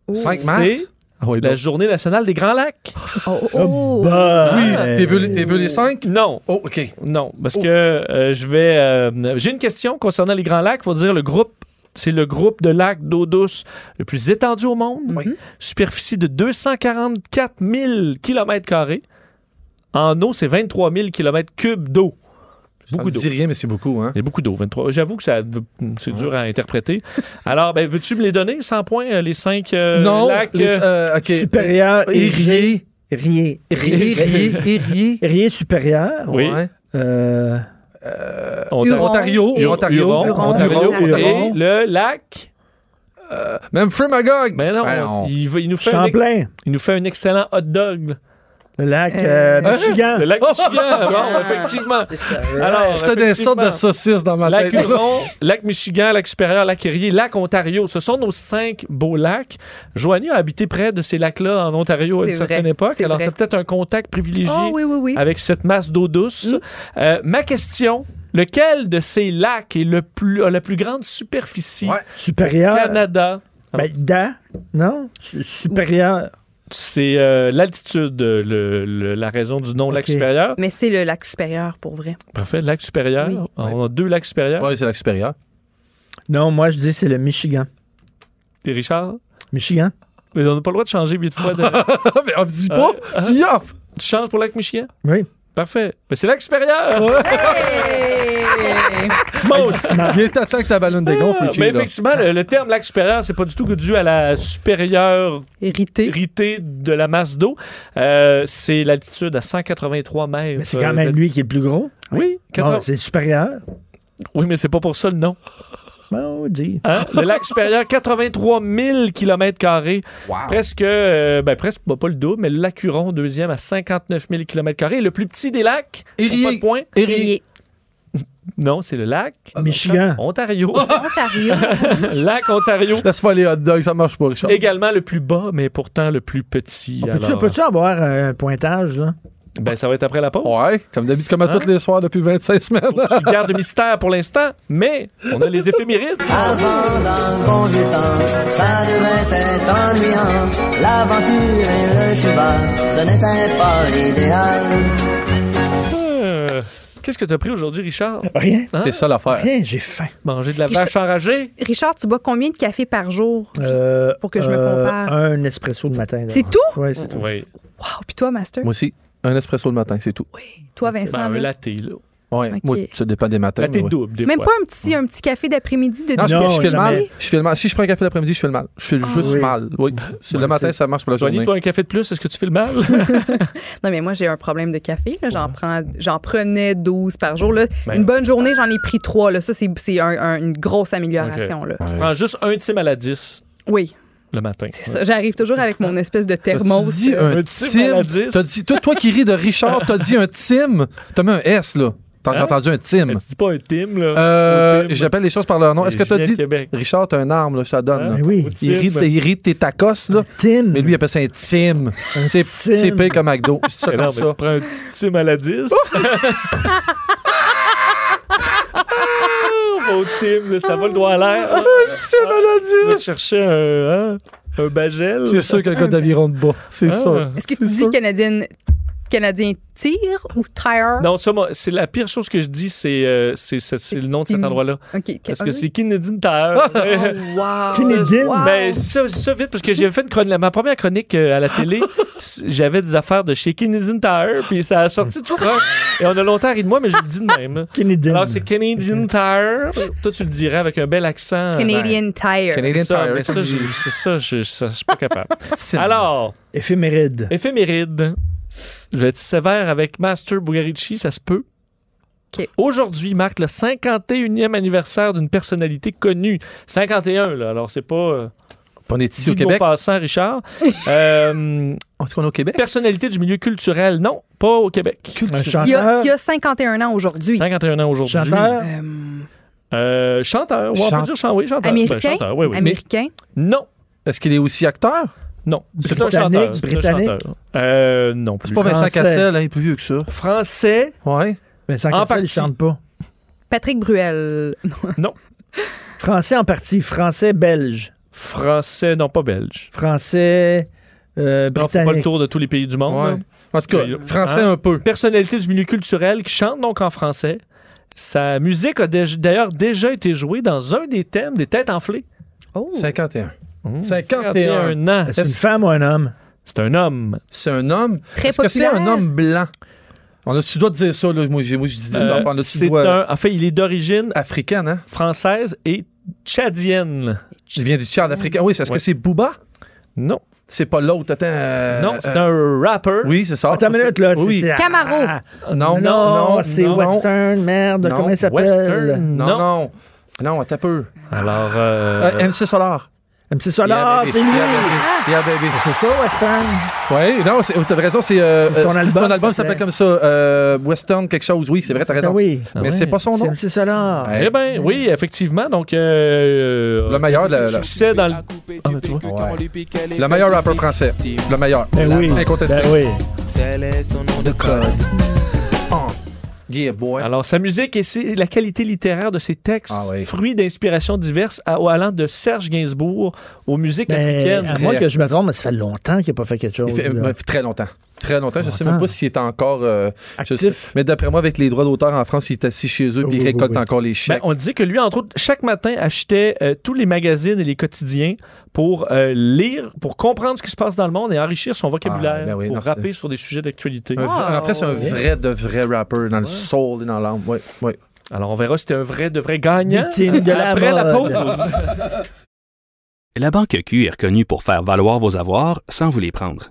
Speaker 6: Oh.
Speaker 5: 5 mars? Ah oui,
Speaker 3: La
Speaker 5: donc.
Speaker 3: journée nationale des Grands Lacs.
Speaker 6: Oh, oh, oh.
Speaker 3: bah,
Speaker 5: Oui,
Speaker 4: Ben
Speaker 5: t'es vu, les- t'es vu les cinq?
Speaker 3: Non.
Speaker 5: Oh, OK.
Speaker 3: Non, parce que euh, je vais. euh, J'ai une question concernant les grands lacs. Il faut dire le groupe. C'est le groupe de lacs d'eau douce le plus étendu au monde.
Speaker 6: Oui.
Speaker 3: Superficie de 244 000 km. En eau, c'est 23 000 km cubes d'eau.
Speaker 5: Ça
Speaker 3: Beaucoup
Speaker 5: me
Speaker 3: d'eau.
Speaker 5: dit rien, mais c'est beaucoup, hein?
Speaker 3: Il y a beaucoup d'eau, 23. J'avoue que ça- c'est dur à interpréter. Alors, ben, veux-tu me les donner, 100 points, euh, les 5
Speaker 5: non,
Speaker 3: lacs?
Speaker 5: les-
Speaker 3: euh,
Speaker 5: euh, OK.
Speaker 4: Supérieur,
Speaker 5: Érié,
Speaker 4: Riez.
Speaker 5: Riez, riez,
Speaker 4: Riez. supérieur.
Speaker 3: Oui.
Speaker 4: Euh,
Speaker 3: Ontario.
Speaker 5: Ontario.
Speaker 3: Huron,
Speaker 5: Ontario.
Speaker 3: Huron,
Speaker 5: Ontario.
Speaker 3: Ontario,
Speaker 5: Ontario.
Speaker 3: Et le lac.
Speaker 5: Même Frimagog.
Speaker 3: Ben non,
Speaker 5: Ben non.
Speaker 3: Il, va- il nous fait un, ex-
Speaker 4: Champlain.
Speaker 3: il nous fait un excellent hot dog. là.
Speaker 4: Le lac euh,
Speaker 3: Hein?
Speaker 4: Michigan.
Speaker 3: Le lac
Speaker 5: Ah!
Speaker 3: Michigan,
Speaker 5: [LAUGHS]
Speaker 3: bon, effectivement. Alors,
Speaker 5: J'étais des sortes de
Speaker 3: effectivement,
Speaker 5: saucisses dans ma
Speaker 3: Lac
Speaker 5: tête. [LAUGHS]
Speaker 3: Huron, lac Michigan, lac supérieur, lac Erie, lac Ontario. Ce sont nos cinq beaux lacs. Joanie a habité près de ces lacs-là en Ontario à une
Speaker 6: C'est
Speaker 3: certaine
Speaker 6: vrai,
Speaker 3: époque.
Speaker 6: c'est
Speaker 3: Alors, tu
Speaker 6: vrai.
Speaker 3: as peut-être un contact privilégié
Speaker 6: Oh, oui, Mm. oui, oui.
Speaker 3: avec cette masse d'eau douce. Euh, ma question, lequel de ces lacs est le plus, a la plus grande superficie
Speaker 5: Ouais.
Speaker 4: Supérieur.
Speaker 3: Canada?
Speaker 4: Ben, da. Non? Su- Supérieur.
Speaker 3: C'est euh, l'altitude, euh, le- le- la raison du nom lac
Speaker 4: Ok.
Speaker 3: supérieur.
Speaker 6: Mais c'est le lac supérieur pour vrai.
Speaker 3: Parfait, lac supérieur.
Speaker 6: Oui.
Speaker 3: On a deux lacs supérieurs.
Speaker 5: Oui, c'est lac [LAUGHS] supérieur.
Speaker 4: Non, moi, je dis c'est le Michigan.
Speaker 3: Et Richard?
Speaker 4: Michigan?
Speaker 3: Mais on n'a pas le droit de changer huit fois. De...
Speaker 4: [LAUGHS]
Speaker 5: Ah, Mais on me dit pas,
Speaker 3: Euh,
Speaker 5: tu y offres.
Speaker 3: tu changes pour lac Michigan?
Speaker 4: Oui.
Speaker 3: Parfait. Mais c'est lac supérieur!
Speaker 5: Il est à temps que ta ballonne dégonfle,
Speaker 3: Ah,
Speaker 5: Richie,
Speaker 3: Mais
Speaker 5: là.
Speaker 3: effectivement, le, le terme lac supérieur, c'est pas du tout que dû à la supérieure
Speaker 6: Hérité.
Speaker 3: hérité de la masse d'eau. Euh, c'est l'altitude à 183 mètres.
Speaker 4: Mais Ben, c'est
Speaker 3: euh,
Speaker 4: quand même
Speaker 3: d'altitude.
Speaker 4: lui qui est le plus gros.
Speaker 3: Oui,
Speaker 4: Bon,
Speaker 3: 80
Speaker 4: c'est supérieur.
Speaker 3: oui, mais c'est pas pour ça le nom.
Speaker 4: Bon, dit.
Speaker 3: Hein? Le lac supérieur, 83 000 km. Presque, euh, ben presque, bah, pas le double, mais le lac Huron, deuxième, à 59 000 km. Et le plus petit des lacs, pour
Speaker 5: Érié.
Speaker 3: pas de point.
Speaker 6: Riez.
Speaker 3: Ah, Non, c'est le lac
Speaker 4: Michigan. [LAUGHS]
Speaker 3: Ontario.
Speaker 6: Ontario.
Speaker 3: lac Ontario.
Speaker 5: Laisse faire les hot dogs, ça marche pas, Richard.
Speaker 3: Également le plus bas, mais pourtant le plus petit.
Speaker 4: On peut-tu
Speaker 3: Alors,
Speaker 4: peux-tu avoir un pointage, là?
Speaker 3: ben, ça va être après la pause.
Speaker 5: Ouais, comme d'habitude, comme à
Speaker 3: Hein?
Speaker 5: tous les soirs depuis 25 semaines.
Speaker 3: Je garde le mystère pour l'instant, mais on a les éphémérides. Euh, Qu'est-ce que t'as pris aujourd'hui, Richard?
Speaker 4: Rien.
Speaker 3: Hein?
Speaker 5: C'est ça l'affaire.
Speaker 4: Rien, j'ai faim.
Speaker 3: Manger de la
Speaker 6: Richard-
Speaker 3: vache enragée?
Speaker 6: Richard, tu bois combien de café par jour?
Speaker 4: Euh,
Speaker 6: pour que je me
Speaker 4: euh,
Speaker 6: compare.
Speaker 4: Un espresso le matin. là.
Speaker 6: C'est tout?
Speaker 4: Ouais, c'est tout.
Speaker 3: Oui.
Speaker 6: Wow. Puis toi, Master?
Speaker 5: Moi aussi, un espresso le matin, c'est tout.
Speaker 6: toi, Vincent?
Speaker 3: Ben, un
Speaker 6: là?
Speaker 3: latte, là.
Speaker 5: Ouais,
Speaker 6: Ok.
Speaker 5: moi, ça dépend des matins.
Speaker 3: Latte
Speaker 5: mais ouais.
Speaker 3: double, des
Speaker 6: Même
Speaker 3: fois.
Speaker 6: pas un petit, un petit café d'après-midi de
Speaker 5: Non, je,
Speaker 4: Non,
Speaker 5: fais- je fais le mal.
Speaker 4: jamais.
Speaker 5: Je fais le mal. Si je prends un café l'après-midi, je fais le mal. Je fais
Speaker 3: Ah
Speaker 5: juste
Speaker 4: Oui.
Speaker 5: mal. Oui. C'est- Le
Speaker 4: Ouais,
Speaker 5: matin,
Speaker 4: c'est-
Speaker 5: ça marche pour la
Speaker 3: Joanie,
Speaker 5: journée.
Speaker 3: toi, un café de plus, est-ce que tu fais le mal?
Speaker 6: Non, mais moi, j'ai un problème de café. là. J'en prends, j'en prenais 12 par jour. là.
Speaker 3: Ben.
Speaker 6: une bonne journée, j'en ai pris 3. Là. Ça, c'est, c'est un- un- une grosse amélioration. Là.
Speaker 3: Je prends juste un tim à la 10
Speaker 6: Oui,
Speaker 3: le matin.
Speaker 6: c'est ça. J'arrive toujours avec mon espèce de
Speaker 5: T'as
Speaker 6: thermos.
Speaker 5: dit
Speaker 6: euh,
Speaker 5: un
Speaker 3: Un tim à la
Speaker 5: Tim.
Speaker 3: dix.
Speaker 5: T'as dit, toi, toi qui ris de Richard, t'as dit un Tim. T'as mis un S, là. T'as
Speaker 3: Hein?
Speaker 5: entendu un Tim.
Speaker 3: Mais tu dis pas un tim, là.
Speaker 5: Euh,
Speaker 3: Au Tim.
Speaker 5: J'appelle les choses par leur nom. Est-ce que
Speaker 3: Et je
Speaker 5: t'as
Speaker 3: viens
Speaker 5: dit.
Speaker 3: de Québec.
Speaker 5: Richard, t'as un arme, là, je te la donne.
Speaker 3: Hein?
Speaker 5: là.
Speaker 4: Ben oui.
Speaker 3: Au Tim.
Speaker 5: Il rit, il rit tes tacos, là.
Speaker 4: Tim.
Speaker 5: Mais lui, il appelle ça un Tim. C'est c'est payé comme McDo.
Speaker 3: [LAUGHS]
Speaker 5: Je dis ça
Speaker 3: Mais
Speaker 5: comme
Speaker 3: Eh non, mais
Speaker 5: ça.
Speaker 3: tu prends un tim à la 10. Beau tim, Ah! là, ça va le doigt à l'air. hein. Ah. Un tim à la 10. chercher un, hein, un bagel.
Speaker 5: C'est sûr qu'un gars d'aviron de bas. C'est
Speaker 3: Ah.
Speaker 5: sûr.
Speaker 6: Est-ce que tu dis canadienne, Canadien tire ou tire?
Speaker 3: Non, ça, moi, c'est la pire chose que je dis, c'est euh, c'est- c'est- c'est le nom de cet
Speaker 6: Tim.
Speaker 3: endroit-là.
Speaker 6: OK.
Speaker 3: Parce
Speaker 6: Ah
Speaker 3: que
Speaker 6: oui?
Speaker 3: c'est Kennedy Tower.
Speaker 5: Ah,
Speaker 3: [LAUGHS]
Speaker 6: Oh, wow.
Speaker 4: Canadienne?
Speaker 6: Wow.
Speaker 3: Ben, ça, ça vite, parce que j'avais fait une chronique. Ma première chronique euh, à la
Speaker 5: [LAUGHS]
Speaker 3: télé, c- j'avais des affaires de chez Canadian Tire, puis ça a sorti tout croche. Et on a longtemps ri de moi, mais je le dis de même.
Speaker 4: Canadian.
Speaker 3: Alors, c'est Canadian Tire. Toi, tu le dirais avec un bel accent.
Speaker 6: Canadian tire.
Speaker 3: Ben, c'est
Speaker 5: Canadian
Speaker 3: ça,
Speaker 5: Tire.
Speaker 3: mais ça, j'ai- c'est ça, je, ça, je suis pas
Speaker 5: [LAUGHS]
Speaker 3: capable. Alors,
Speaker 4: Éphéméride.
Speaker 3: éphéméride. Je vais être sévère avec Master Bugarici, ça se peut.
Speaker 6: OK.
Speaker 3: Aujourd'hui marque le 51e anniversaire d'une personnalité connue. 51, là. Alors, c'est pas. euh,
Speaker 5: On est ici au
Speaker 3: Dis-le
Speaker 5: Québec.
Speaker 3: passant,
Speaker 6: [LAUGHS]
Speaker 3: Richard. Euh,
Speaker 5: Est-ce qu'on est au Québec?
Speaker 3: personnalité du milieu culturel, non, pas au Québec.
Speaker 4: Un
Speaker 6: Il y, a,
Speaker 4: chanteur.
Speaker 6: il y a 51 ans aujourd'hui.
Speaker 3: 51 ans aujourd'hui.
Speaker 4: Chanteur.
Speaker 6: Euh,
Speaker 3: Euh, chanteur. Ouais, on
Speaker 5: Chant-
Speaker 3: peut dire chan- oui, chanteur.
Speaker 6: américain.
Speaker 3: Ben, chanteur, oui, oui.
Speaker 6: Américain.
Speaker 3: Mais non,
Speaker 5: Est-ce qu'il est aussi acteur?
Speaker 3: non. C'est un
Speaker 4: Britannique,
Speaker 3: chanteur. c'est un
Speaker 4: britannique.
Speaker 3: chanteur. Euh, non plus.
Speaker 5: C'est pas Vincent
Speaker 4: Français.
Speaker 5: Cassel, hein, il est plus vieux que ça.
Speaker 3: Français.
Speaker 5: Ouais.
Speaker 4: Vincent
Speaker 3: En
Speaker 4: Cassel, il
Speaker 3: partie.
Speaker 4: chante pas.
Speaker 6: Patrick Bruel.
Speaker 4: Français en partie. Français belge.
Speaker 3: Français, non, pas belge.
Speaker 4: Français euh,
Speaker 3: On fait pas le
Speaker 4: britannique.
Speaker 3: tour de tous les pays du monde.
Speaker 5: Ouais.
Speaker 3: là.
Speaker 5: En tout cas,
Speaker 3: Mais-
Speaker 5: français
Speaker 3: hein?
Speaker 5: un peu.
Speaker 3: Personnalité du milieu culturel qui chante donc en français. Sa musique a dé- d'ailleurs déjà été jouée dans un des thèmes des Têtes enflées.
Speaker 5: Oh. 51.
Speaker 3: Mmh.
Speaker 5: 51.
Speaker 3: ans.
Speaker 4: Est-ce une femme ou un homme?
Speaker 3: C'est un homme.
Speaker 5: C'est un homme.
Speaker 6: Très
Speaker 5: Est-ce que c'est
Speaker 6: populaire.
Speaker 5: un homme blanc? On a, tu dois dire ça, là. Moi, j'ai- moi, je dis des
Speaker 3: Euh,
Speaker 5: enfants. Là, tu
Speaker 3: c'est
Speaker 5: dois-
Speaker 3: un. En fait, il est d'origine
Speaker 5: Africaine, hein?
Speaker 3: française et tchadienne.
Speaker 5: Il vient du Tchad africain. Oui, c'est- est-ce
Speaker 3: Ouais.
Speaker 5: que c'est Booba?
Speaker 3: Non.
Speaker 5: C'est pas l'autre. Attends. euh,
Speaker 3: Non,
Speaker 5: euh,
Speaker 3: c'est un rapper.
Speaker 5: Oui, c'est Ah, ça.
Speaker 3: Attends une minute, là,
Speaker 5: Oui.
Speaker 3: c'est-
Speaker 6: Camaro.
Speaker 4: Ah,
Speaker 5: Non, non,
Speaker 3: Non,
Speaker 5: non.
Speaker 3: c'est
Speaker 5: non.
Speaker 4: Western, merde,
Speaker 5: Non.
Speaker 4: comment il s'appelle?
Speaker 5: Western, Non, non. Non, attends un peu.
Speaker 3: Alors. euh,
Speaker 5: Euh, MC Solar.
Speaker 4: MC Solar, Ah,
Speaker 5: Yeah,
Speaker 4: c'est lui! Ah.
Speaker 5: baby. Yeah, baby.
Speaker 4: C'est ça, Western?
Speaker 5: Oui, non, c'est- t'as raison, c'est... euh,
Speaker 4: C'est son
Speaker 5: euh,
Speaker 4: album,
Speaker 5: Son album
Speaker 4: ça
Speaker 5: s'appelle
Speaker 4: s'appelait.
Speaker 5: comme ça, euh, Western quelque chose, oui, c'est vrai, t'as raison.
Speaker 4: Ah oui.
Speaker 5: Mais
Speaker 3: Ah
Speaker 5: c'est
Speaker 3: ouais.
Speaker 5: pas son
Speaker 4: C'est
Speaker 5: nom.
Speaker 4: MC Solar.
Speaker 5: Ouais.
Speaker 3: Eh bien, oui, effectivement. Donc, euh,
Speaker 5: Le meilleur, le- le-
Speaker 3: succès dans le. Ah, tu vois.
Speaker 5: Le meilleur rappeur français. Le meilleur.
Speaker 4: Ben oui.
Speaker 5: Incontesté.
Speaker 4: Ben oui.
Speaker 5: De code.
Speaker 3: Ah.
Speaker 5: Oh. Yeah, boy.
Speaker 3: Alors, sa musique et c'est la qualité littéraire de ses textes,
Speaker 5: Ah oui.
Speaker 3: fruit d'inspirations diverses, à- allant de Serge Gainsbourg aux musiques
Speaker 4: Ben, à
Speaker 3: africaines.
Speaker 4: moins que je me trompe, mais ça fait longtemps qu'il n'a pas fait quelque chose.
Speaker 5: Il fait
Speaker 4: là.
Speaker 5: euh, très longtemps. Très longtemps. Je ne sais même
Speaker 4: Longtemps.
Speaker 5: pas s'il est encore euh, je
Speaker 4: Actif.
Speaker 5: sais- Mais d'après moi, avec les droits d'auteur en France, il est assis chez eux puis il
Speaker 4: Oui, oui,
Speaker 5: récolte
Speaker 4: oui.
Speaker 5: encore les
Speaker 3: Ben,
Speaker 5: chèques.
Speaker 3: on disait que lui, entre autres, chaque matin, achetait euh, tous les magazines et les quotidiens pour euh, lire, pour comprendre ce qui se passe dans le monde et enrichir son vocabulaire
Speaker 5: Ah, ben oui,
Speaker 3: pour
Speaker 5: non, c'est-
Speaker 3: rapper sur des sujets d'actualité.
Speaker 5: Un vrai- en fait,
Speaker 3: Ah,
Speaker 5: c'est un vrai de vrai rapper dans le soul et dans l'âme. Oui, oui.
Speaker 3: Alors, on verra si c'était un vrai, de vrai gagnant.
Speaker 4: Victime de la
Speaker 3: Après la
Speaker 4: mode.
Speaker 3: pause.
Speaker 8: La Banque Q est reconnue pour faire valoir vos avoirs sans vous les prendre.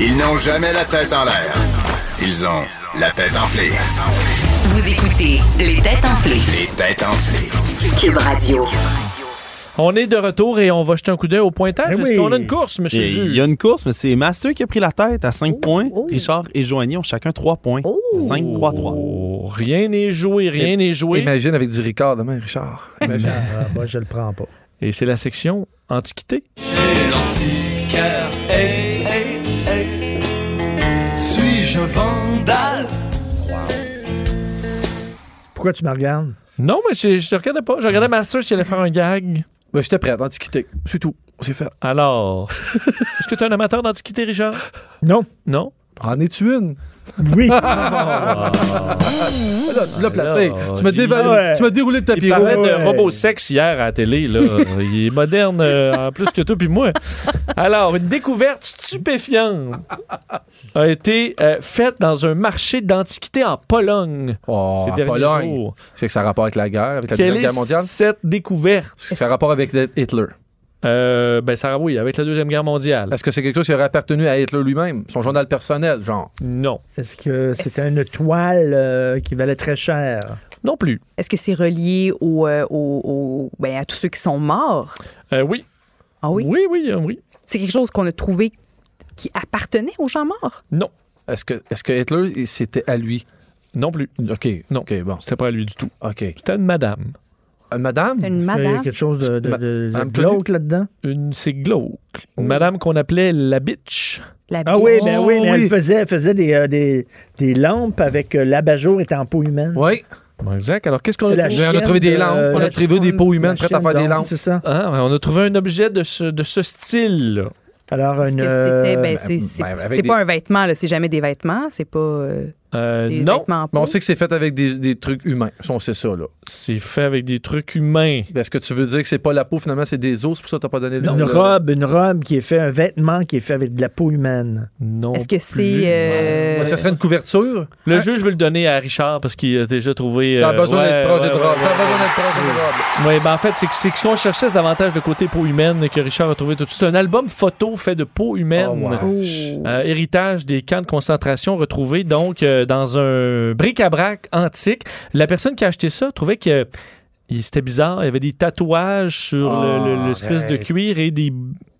Speaker 12: Ils n'ont jamais la tête en l'air. Ils ont la tête enflée.
Speaker 1: Vous écoutez Les têtes enflées.
Speaker 12: Les têtes enflées.
Speaker 1: Cube Radio.
Speaker 3: On est de retour et on va jeter un coup d'œil au pointage.
Speaker 4: Ben
Speaker 3: Est-ce
Speaker 4: oui.
Speaker 3: qu'on a une course, monsieur le
Speaker 9: Et Il
Speaker 3: juge?
Speaker 9: y a une course, mais c'est Master qui a pris la tête à 5 points. Richard et Joanie ont chacun 3 points. C'est 5-3-3.
Speaker 3: Oh, rien n'est joué, rien n'est joué.
Speaker 5: Imagine avec du Ricard demain,
Speaker 3: [LAUGHS]
Speaker 5: Richard.
Speaker 3: Ben,
Speaker 5: Imagine.
Speaker 4: Ah, bah, je le prends pas.
Speaker 3: Et c'est la section Antiquité.
Speaker 10: Suis-je vandal?
Speaker 4: Pourquoi tu me regardes?
Speaker 3: Non, mais je, je te regardais pas. Je
Speaker 9: Ah.
Speaker 3: regardais Master s'il allait faire un gag.
Speaker 5: Ben, J'étais prêt, antiquité. C'est tout. C'est fait.
Speaker 9: [LAUGHS]
Speaker 3: Alors, est-ce que tu es un amateur d'Antiquité, Richard?
Speaker 4: Non.
Speaker 3: Non?
Speaker 5: En es-tu une?
Speaker 6: [LAUGHS]
Speaker 4: Oui. Ah.
Speaker 3: Ah.
Speaker 5: Là, tu l'as placé.
Speaker 3: là,
Speaker 5: Tu m'as
Speaker 3: j'ai-
Speaker 5: dévalé-
Speaker 3: Ouais.
Speaker 5: tu m'as déroulé le tapis
Speaker 3: Il parlait
Speaker 5: rouge.
Speaker 3: de robot sexe hier à la télé.
Speaker 4: [LAUGHS]
Speaker 3: Là. Il est moderne euh, en plus que toi puis moi. Alors, une découverte stupéfiante a été euh, faite dans un marché d'antiquités en Pologne.
Speaker 5: Oh,
Speaker 3: Ces
Speaker 5: en
Speaker 3: derniers
Speaker 5: Pologne.
Speaker 3: jours.
Speaker 5: C'est que ça a rapport avec la guerre, avec la
Speaker 3: Quelle
Speaker 5: Deuxième Guerre
Speaker 3: est
Speaker 5: mondiale.
Speaker 3: cette découverte?
Speaker 5: C'est que ça a rapport avec Hitler.
Speaker 3: Euh, ben, ça, oui, avec la Deuxième Guerre mondiale.
Speaker 5: Est-ce que c'est quelque chose qui aurait appartenu à Hitler lui-même, son journal personnel, genre?
Speaker 3: Non.
Speaker 4: Est-ce que c'était une toile euh, qui valait très cher?
Speaker 3: Non plus.
Speaker 6: Est-ce que c'est relié au, euh, au- au- ben, à tous ceux qui sont morts?
Speaker 3: Euh, oui.
Speaker 6: Ah oui?
Speaker 3: Oui, oui, euh, oui.
Speaker 6: C'est quelque chose qu'on a trouvé qui appartenait aux gens morts?
Speaker 3: Non.
Speaker 5: Est-ce que, est-ce que Hitler, il- c'était à lui?
Speaker 3: Non plus.
Speaker 5: OK.
Speaker 3: Non.
Speaker 5: OK, bon.
Speaker 3: C'était pas à lui du tout.
Speaker 5: OK.
Speaker 3: C'était une madame.
Speaker 5: Euh, madame?
Speaker 6: C'est une
Speaker 4: Est-ce qu'il y a
Speaker 6: madame?
Speaker 4: quelque chose de, de, de-
Speaker 5: Madame
Speaker 4: de
Speaker 5: Connue.
Speaker 4: glauque là-dedans?
Speaker 3: Une, c'est glauque. Une madame qu'on appelait la bitch.
Speaker 6: La
Speaker 4: Ah oui,
Speaker 6: biche.
Speaker 4: ben
Speaker 5: Oh,
Speaker 4: oui, mais
Speaker 5: oui.
Speaker 4: elle faisait, elle faisait des, euh, des, des lampes avec euh, l'abat-jour et en peau humaine.
Speaker 5: Oui.
Speaker 3: Bon, exact. Alors, qu'est-ce qu'on a
Speaker 4: C'est la
Speaker 3: trouvé?
Speaker 5: on a
Speaker 4: chienne
Speaker 5: trouvé des
Speaker 4: de-
Speaker 5: lampes, on a
Speaker 4: la
Speaker 5: trouvé des peaux humaines
Speaker 4: la
Speaker 5: prêtes à
Speaker 4: chienne
Speaker 5: faire des
Speaker 4: d'oncle,
Speaker 5: lampes.
Speaker 4: C'est ça.
Speaker 3: Hein? On a trouvé un objet de ce, de ce style.
Speaker 4: Alors,
Speaker 6: Est-ce
Speaker 4: une.
Speaker 6: que c'était.
Speaker 4: euh,
Speaker 6: Ben, c'est c'est-
Speaker 5: ben, avec
Speaker 6: c'est
Speaker 5: des-
Speaker 6: pas un vêtement, là, c'est jamais des vêtements, c'est pas euh,
Speaker 3: Euh,
Speaker 6: des
Speaker 3: non,
Speaker 6: vêtements en
Speaker 5: Mais
Speaker 6: peau.
Speaker 5: on sait que c'est fait avec des, des trucs humains. Ça, on sait ça, là.
Speaker 3: c'est fait avec des trucs humains.
Speaker 5: Ben, Est-ce que tu veux dire que c'est pas la peau, finalement, c'est des os, c'est pour ça que t'as pas donné le
Speaker 4: une
Speaker 5: nom, là?
Speaker 4: robe, une robe qui est fait, un vêtement qui est fait avec de la peau humaine.
Speaker 3: Non.
Speaker 6: Est-ce que
Speaker 3: plus.
Speaker 6: c'est. euh,
Speaker 5: Ouais, Ça serait une couverture?
Speaker 3: Le juge veut le donner à Richard parce qu'il a déjà trouvé.
Speaker 5: Ça a
Speaker 3: euh,
Speaker 5: besoin
Speaker 3: ouais,
Speaker 5: d'être proche
Speaker 3: ouais,
Speaker 5: d'une
Speaker 3: ouais,
Speaker 5: robe. Ça a
Speaker 3: ouais.
Speaker 5: besoin d'être proche d'une robe.
Speaker 3: Oui, ben en fait, c'est que, c'est que ce qu'on cherchait, c'est davantage le côté peau humaine que Richard a trouvé tout de suite. Un album photo fait de peau humaine.
Speaker 5: Oh, wow.
Speaker 3: Euh, héritage des camps de concentration retrouvés donc euh, dans un bric-à-brac antique. La personne qui a acheté ça trouvait que euh, il- c'était bizarre. Il y avait des tatouages sur
Speaker 5: Ah,
Speaker 3: le- le- l'espèce de
Speaker 5: arrête.
Speaker 3: cuir et des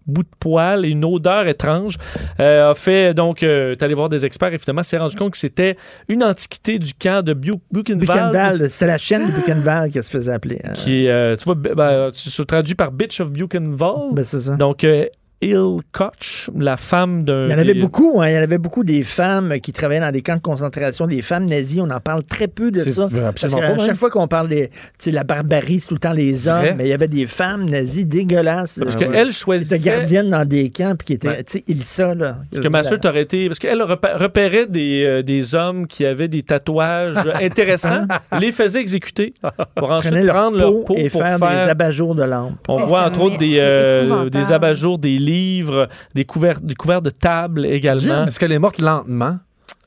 Speaker 3: bouts de poils et une odeur étrange. Euh, a fait donc, euh, est allé voir des experts et finalement s'est rendu compte que c'était une antiquité du camp de Bu- Buchenwald
Speaker 4: Buchenwald, c'était la chaîne de Buchenwald qu'elle se faisait appeler. hein.
Speaker 3: euh,
Speaker 6: Oh.
Speaker 3: qui est, euh, tu vois, b- ben, tu- c'est traduit par Bitch of Buchenwald.
Speaker 4: Ben, c'est ça.
Speaker 3: Donc, euh, Hill Koch, la femme d'un.
Speaker 4: Il y en avait
Speaker 3: des-
Speaker 4: beaucoup, hein, il y en avait beaucoup des femmes qui travaillaient dans des camps de concentration, des femmes nazies, on en parle très peu de
Speaker 3: C'est
Speaker 4: ça.
Speaker 3: absolument
Speaker 4: Parce
Speaker 3: pas
Speaker 4: qu'à
Speaker 3: vrai.
Speaker 4: chaque fois qu'on parle de la barbarie, c'est tout le temps les hommes,
Speaker 3: Vrai.
Speaker 4: mais il y avait des femmes nazies dégueulasses.
Speaker 3: Parce
Speaker 5: Ah
Speaker 4: euh,
Speaker 3: que
Speaker 4: ouais.
Speaker 3: elle
Speaker 4: Qui
Speaker 3: choisissait-
Speaker 4: étaient gardiennes dans des camps, puis qui étaient, tu sais, ils ça, là.
Speaker 3: Parce que ma sœur t'aurait été. Parce qu'elle repé- repérait des, euh, des hommes qui avaient des
Speaker 4: [LAUGHS]
Speaker 3: tatouages intéressants, les faisait exécuter pour ensuite
Speaker 4: Prenaient leur
Speaker 3: prendre
Speaker 4: peau
Speaker 3: leur peau
Speaker 4: et
Speaker 3: pour
Speaker 4: faire
Speaker 3: faire.
Speaker 4: des abat-jours de lampe.
Speaker 3: On
Speaker 4: Oh,
Speaker 3: voit
Speaker 4: ça
Speaker 3: entre autres des,
Speaker 4: m'est-
Speaker 3: euh,
Speaker 4: c'est épouvantable.
Speaker 3: des abat-jours, des livres, des couverts, des couverts de table également.
Speaker 5: Est-ce qu'elle est morte lentement?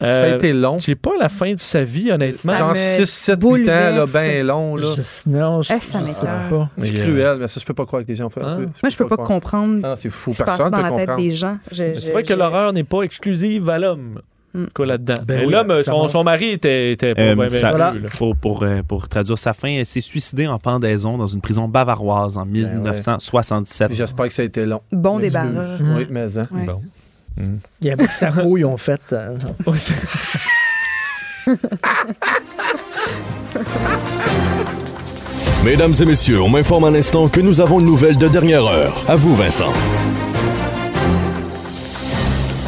Speaker 5: Est-ce que ça a
Speaker 3: Euh,
Speaker 5: été long?
Speaker 3: J'ai pas la fin de sa vie, honnêtement.
Speaker 5: Genre 6, 7, 8 ans, là, ben long. Là.
Speaker 4: non,
Speaker 6: je- Eh, ça je sais m'écœure.
Speaker 4: pas.
Speaker 5: C'est
Speaker 3: Mais, euh,
Speaker 5: cruel, mais ça, je peux pas croire que les gens font.
Speaker 6: Moi, je peux pas
Speaker 5: le croire.
Speaker 6: comprendre
Speaker 5: Ah, c'est fou,
Speaker 6: ce qui se passe
Speaker 5: personne
Speaker 6: dans
Speaker 5: peut
Speaker 6: la tête
Speaker 5: comprendre.
Speaker 6: des gens. Je- je- Hmm.
Speaker 3: C'est vrai que l'horreur n'est pas exclusive à l'homme. Quoi là-dedans.
Speaker 9: Ben
Speaker 3: Et
Speaker 9: oui,
Speaker 3: l'homme,
Speaker 9: ça
Speaker 3: son,
Speaker 9: va.
Speaker 3: son mari était, était pas
Speaker 9: Euh,
Speaker 3: bien
Speaker 9: ça-
Speaker 3: bien vu, là.
Speaker 9: pour, pour, euh, pour traduire sa fin, elle s'est suicidée en pendaison dans une prison bavaroise en 1977.
Speaker 5: J'espère que ça a été long.
Speaker 6: Bon débarras.
Speaker 5: Oui, mais hein.
Speaker 6: Ouais.
Speaker 5: Bon.
Speaker 4: Il y avait que sa peau, ils ont fait.
Speaker 3: [LAUGHS]
Speaker 4: euh,
Speaker 2: Mesdames et messieurs, on m'informe à l'instant que nous avons une nouvelle de dernière heure. À vous, Vincent.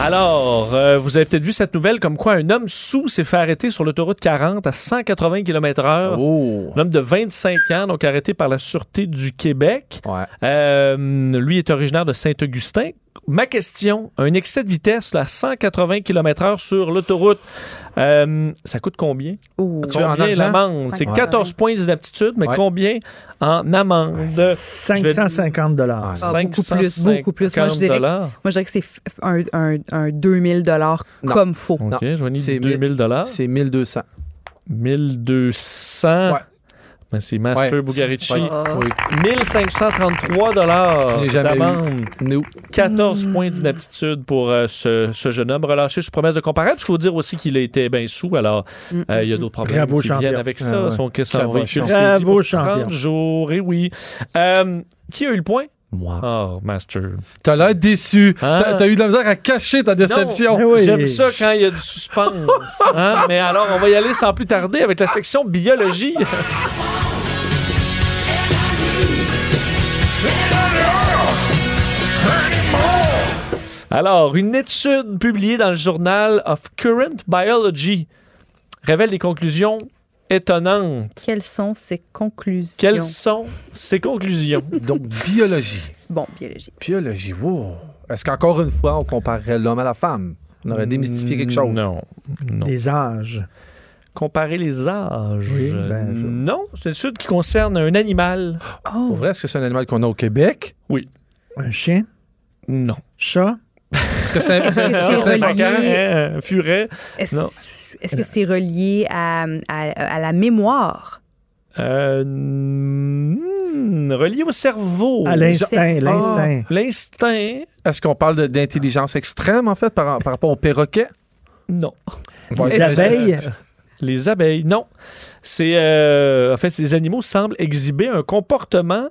Speaker 3: Alors, euh, vous avez peut-être vu cette nouvelle comme quoi un homme sous s'est fait arrêter sur l'autoroute 40 à 180
Speaker 9: Ah,
Speaker 3: km/h.
Speaker 9: oh.
Speaker 5: Oh,
Speaker 3: Un homme de 25 ans, donc arrêté par la Sûreté du Québec. Euh, lui est originaire de Saint-Augustin. Ma question, un excès de vitesse là, à 180 km/h sur l'autoroute, euh, ça coûte combien?
Speaker 5: Tu veux en
Speaker 3: Combien
Speaker 5: argent?
Speaker 3: l'amende? C'est
Speaker 5: Ouais.
Speaker 3: 14 points d'inaptitude, mais
Speaker 5: Ouais.
Speaker 3: combien en amende? Je vais-
Speaker 4: 550 dollars.
Speaker 6: Ah, beaucoup plus, beaucoup plus. Moi, je dirais, moi, je dirais que c'est f- un, un, un 2000 dollars
Speaker 5: Non.
Speaker 6: comme faux.
Speaker 3: OK, Joanie dit
Speaker 5: C'est
Speaker 3: 2000 dollars.
Speaker 5: C'est 1200.
Speaker 3: 1200. Ben, c'est Master
Speaker 5: Ouais.
Speaker 3: Bugarici.
Speaker 5: Ouais.
Speaker 6: Ah.
Speaker 5: Oui.
Speaker 3: 1533 dollars
Speaker 5: Je l'ai jamais
Speaker 3: d'amende. 14 points d'inaptitude pour euh, ce, ce jeune homme relâché sous promesse de comparable. Parce qu'il faut dire aussi qu'il a été bien sous, alors
Speaker 6: Mm,
Speaker 3: euh, il y a d'autres problèmes
Speaker 4: Bravo,
Speaker 3: qui
Speaker 4: champion.
Speaker 3: viennent avec ça.
Speaker 4: Ah ouais.
Speaker 3: Son, que ça
Speaker 4: Bravo,
Speaker 3: va être
Speaker 4: champion.
Speaker 3: saisi
Speaker 4: Bravo,
Speaker 3: pour
Speaker 4: champion.
Speaker 3: 30 jours, et oui. Euh, qui a eu le point?
Speaker 5: Moi. Ah.
Speaker 3: Oh, Master.
Speaker 5: T'as l'air déçu.
Speaker 3: Hein?
Speaker 5: T'as t'as eu de la misère à cacher ta déception.
Speaker 3: Non, J'aime ça quand il y a du suspense. [LAUGHS] hein? Mais alors, on va y aller sans plus tarder avec la section biologie. [LAUGHS] Alors, une étude publiée dans le journal of Current Biology révèle des conclusions étonnantes.
Speaker 6: Quelles sont ses conclusions?
Speaker 3: Quelles sont ses conclusions?
Speaker 5: Donc, biologie.
Speaker 6: Bon, biologie.
Speaker 5: Biologie, wow. Est-ce qu'encore une fois, on comparerait l'homme à la femme? On aurait démystifié quelque chose.
Speaker 3: Non.
Speaker 4: Les âges.
Speaker 3: Comparer les âges.
Speaker 4: Oui, ben, je-
Speaker 3: non, c'est une étude qui concerne un animal.
Speaker 5: Pour vrai, est-ce que c'est un animal qu'on a au Québec?
Speaker 3: Oui.
Speaker 4: Un chien,
Speaker 3: Non.
Speaker 4: chat.
Speaker 5: Est-ce que c'est
Speaker 6: Est-ce que
Speaker 5: est-ce
Speaker 6: c'est
Speaker 5: que c'est
Speaker 6: relié-
Speaker 5: important?
Speaker 3: Ah, Hein, un furet.
Speaker 6: Est-ce
Speaker 3: Non.
Speaker 6: est-ce que c'est relié à, à- à la mémoire?
Speaker 3: Euh, hmm, relié au cerveau.
Speaker 4: À l'instinct,
Speaker 3: Ah.
Speaker 4: l'instinct.
Speaker 3: L'instinct,
Speaker 5: Est-ce qu'on parle de- d'intelligence extrême, en fait, par, par rapport au perroquet?
Speaker 3: non. Eh,
Speaker 5: Bon,
Speaker 4: Les
Speaker 5: c'est-
Speaker 4: abeilles.
Speaker 3: Les abeilles, non. C'est, euh, en fait, ces animaux semblent exhiber un comportement,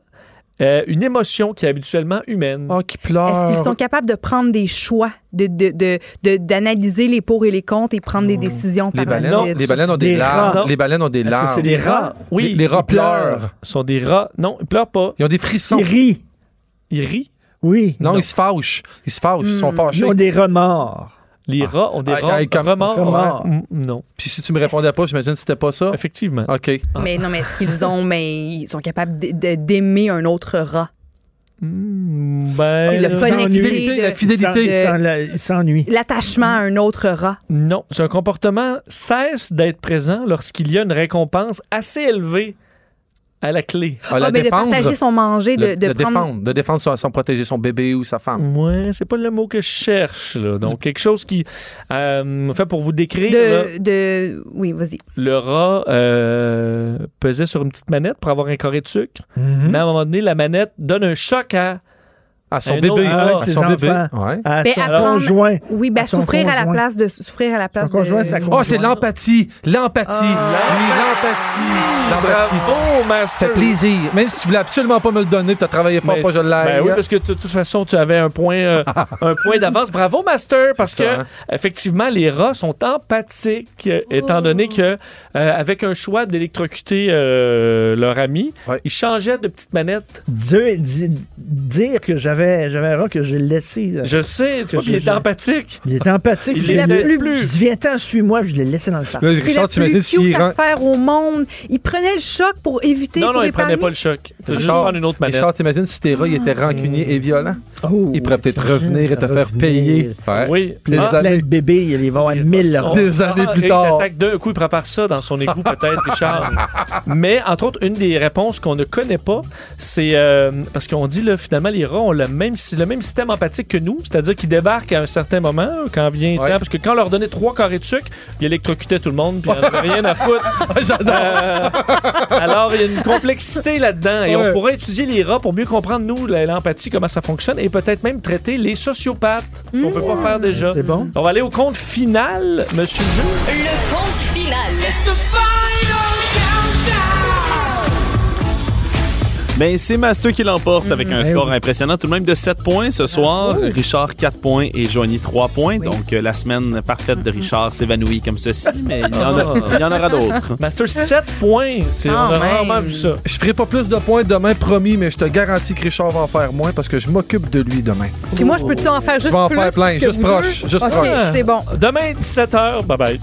Speaker 3: euh, une émotion qui est habituellement humaine.
Speaker 5: Oh, qui pleure.
Speaker 6: Est-ce qu'ils sont capables de prendre des choix, d'analyser de, de, d'analyser les pour et les contre et prendre des décisions
Speaker 5: Mmh. Les
Speaker 6: par la
Speaker 5: baleines, ont,
Speaker 6: suite?
Speaker 5: les baleines ont
Speaker 4: des
Speaker 5: des larves.
Speaker 3: rats.
Speaker 5: Les baleines ont des
Speaker 4: Est-ce que
Speaker 5: larves.
Speaker 4: c'est des rats?
Speaker 3: Oui,
Speaker 5: Les, les rats
Speaker 4: ils pleurent.
Speaker 5: pleurent.
Speaker 3: Ce sont des rats. Non, ils pleurent pas.
Speaker 5: Ils ont des frissons.
Speaker 4: Ils rient.
Speaker 3: Ils rient.
Speaker 4: Oui.
Speaker 5: Non, ils se fâchent. Ils se fâchent. Ils
Speaker 6: Hmm.
Speaker 5: sont fâchés.
Speaker 4: Ils ont des remords.
Speaker 3: Les rats ont des
Speaker 5: Ah,
Speaker 3: rats.
Speaker 5: ah, comme-
Speaker 3: remords.
Speaker 4: remords.
Speaker 3: Mm, Non,
Speaker 5: Puis si tu me répondais pas, j'imagine que c'était pas ça.
Speaker 3: effectivement.
Speaker 5: OK.
Speaker 6: Mais non, mais est-ce qu'ils ont, mais ils sont capables d- de- d'aimer un autre rat?
Speaker 3: Mm, ben,
Speaker 5: Euh,
Speaker 6: C'est le
Speaker 3: là,
Speaker 4: fun-
Speaker 6: connecter
Speaker 5: fidélité, la
Speaker 6: de-
Speaker 5: fidélité.
Speaker 6: de-
Speaker 4: Ils s'en- Ils s'ennuient.
Speaker 6: L'attachement à un autre rat.
Speaker 3: Non, ce comportement cesse d'être présent lorsqu'il y a une récompense assez élevée à la clé.
Speaker 5: Ah, la
Speaker 6: Ah, mais de
Speaker 5: défendre.
Speaker 6: partager son manger, de,
Speaker 5: Le-
Speaker 6: de
Speaker 5: le
Speaker 6: prendre...
Speaker 5: défendre. De défendre son, son protéger son bébé ou sa femme.
Speaker 3: Ouais, c'est pas le mot que je cherche. Là. Donc, quelque chose qui. euh, fait, pour vous décrire, là,
Speaker 6: De, de- Oui, vas-y.
Speaker 3: le rat euh, pesait sur une petite manette pour avoir un carré de sucre.
Speaker 4: Mhm.
Speaker 5: Hmm?
Speaker 3: Mais à un moment donné, la manette donne un choc à.
Speaker 5: À son
Speaker 3: Un
Speaker 5: bébé.
Speaker 3: autre rat.
Speaker 5: à
Speaker 4: Ses
Speaker 5: son bébé.
Speaker 4: enfants.
Speaker 5: Ouais.
Speaker 4: À
Speaker 6: Mais
Speaker 4: son
Speaker 6: apprendre-
Speaker 4: conjoint.
Speaker 6: Oui, ben,
Speaker 4: À son
Speaker 6: souffrir à la
Speaker 4: conjoint.
Speaker 6: place de... Souffrir à la place
Speaker 4: Son conjoint,
Speaker 6: de...
Speaker 4: sa
Speaker 5: Oh, c'est de
Speaker 4: conjointe.
Speaker 5: l'empathie. L'empathie.
Speaker 3: Ah,
Speaker 5: Oui, l'empathie. L'empathie.
Speaker 3: Bravo,
Speaker 5: Ah! Ça
Speaker 3: Master!
Speaker 5: fait plaisir. Même si tu voulais absolument pas me le donner, tu as travaillé fort,
Speaker 3: Mais-
Speaker 5: pas je hein. l'ai.
Speaker 3: Ben oui, parce que de toute façon, tu avais un point,
Speaker 5: [LAUGHS]
Speaker 3: euh, un point d'avance. Bravo, Master, parce
Speaker 5: ça,
Speaker 3: que
Speaker 5: hein.
Speaker 3: effectivement, les rats sont empathiques, euh,
Speaker 6: Oh.
Speaker 3: étant donné que euh, avec un choix d'électrocuter euh, leur ami,
Speaker 5: Ouais.
Speaker 3: ils changeaient de petite manette.
Speaker 4: Dire, di- dire que j'avais j'avais, j'avais un rat que j'ai laissé. là.
Speaker 3: Je sais, tu vois, puis il est empathique.
Speaker 4: Il était empathique.
Speaker 3: Il
Speaker 4: je l'ai-
Speaker 3: l'aimait
Speaker 4: je
Speaker 3: plus.
Speaker 4: dis, viens-t'en, suis-moi, puis je l'ai laissé dans le parc.
Speaker 5: Là,
Speaker 6: C'est la
Speaker 5: Richard,
Speaker 6: plus
Speaker 5: t'imagines s'il
Speaker 6: cute
Speaker 5: rend-
Speaker 6: affaire au monde. Il prenait le choc pour éviter
Speaker 3: Non, non,
Speaker 6: pour
Speaker 3: il prenait
Speaker 6: épargner.
Speaker 3: pas le choc. Tu juste
Speaker 5: Richard,
Speaker 3: prendre une autre manette.
Speaker 5: Richard, t'imagines si tes rats ils
Speaker 6: Ah,
Speaker 5: étaient rancuniers et violents?
Speaker 4: Oh,
Speaker 5: ils pourraient Oh, peut-être revenir et te faire payer. Ouais.
Speaker 3: Oui.
Speaker 5: Puis les
Speaker 3: Ah,
Speaker 4: Plein de
Speaker 5: années-
Speaker 4: bébés, il va y avoir mille rats.
Speaker 5: Des années
Speaker 3: Ah,
Speaker 5: plus
Speaker 3: et
Speaker 5: tard.
Speaker 3: t'attaques d'un coup, il prépare ça dans son égout, peut-être,
Speaker 5: [LAUGHS]
Speaker 3: Richard. Mais, entre autres, une des réponses qu'on ne connaît pas, c'est euh, parce qu'on dit, là, finalement, les rats ont le même, sy- le même système empathique que nous, c'est-à-dire qu'ils débarquent à un certain moment, euh, quand vient le temps, parce que quand on leur donnait trois carrés de sucre, ils électrocutaient tout le monde, puis ils n'avaient rien à
Speaker 5: [LAUGHS]
Speaker 3: foutre.
Speaker 5: J'adore.
Speaker 3: Euh, alors, il y a une complexité là-dedans, et
Speaker 5: Ouais.
Speaker 3: on pourrait étudier les rats pour mieux comprendre, nous, la- l'empathie, comment ça fonctionne, et peut-être même traiter les sociopathes, qu'on peut pas faire déjà.
Speaker 4: C'est bon.
Speaker 3: On va aller au compte final, monsieur le juge.
Speaker 13: Le compte final.
Speaker 9: Ben, c'est Master qui l'emporte avec un
Speaker 4: Ben
Speaker 9: score
Speaker 4: oui.
Speaker 9: impressionnant tout de même de 7 points ce soir. Richard 4 points et Joanie 3 points. Donc euh, la semaine parfaite de Richard s'évanouit comme ceci, mais il y en, a-
Speaker 3: Ah.
Speaker 9: il y en aura d'autres.
Speaker 3: Master, 7 points. C'est- on a rarement vu ça.
Speaker 5: Je ferai pas plus de points demain, promis, mais je te garantis que Richard va en faire moins parce que je m'occupe de lui demain.
Speaker 6: Puis moi, je peux-tu en faire
Speaker 5: Je
Speaker 6: juste
Speaker 5: vais en
Speaker 6: plus
Speaker 5: faire plein,
Speaker 6: que
Speaker 5: juste
Speaker 6: vous
Speaker 5: proche,
Speaker 6: deux?
Speaker 5: juste
Speaker 6: OK,
Speaker 5: proche.
Speaker 6: c'est bon.
Speaker 3: Demain, 17h. Bye bye.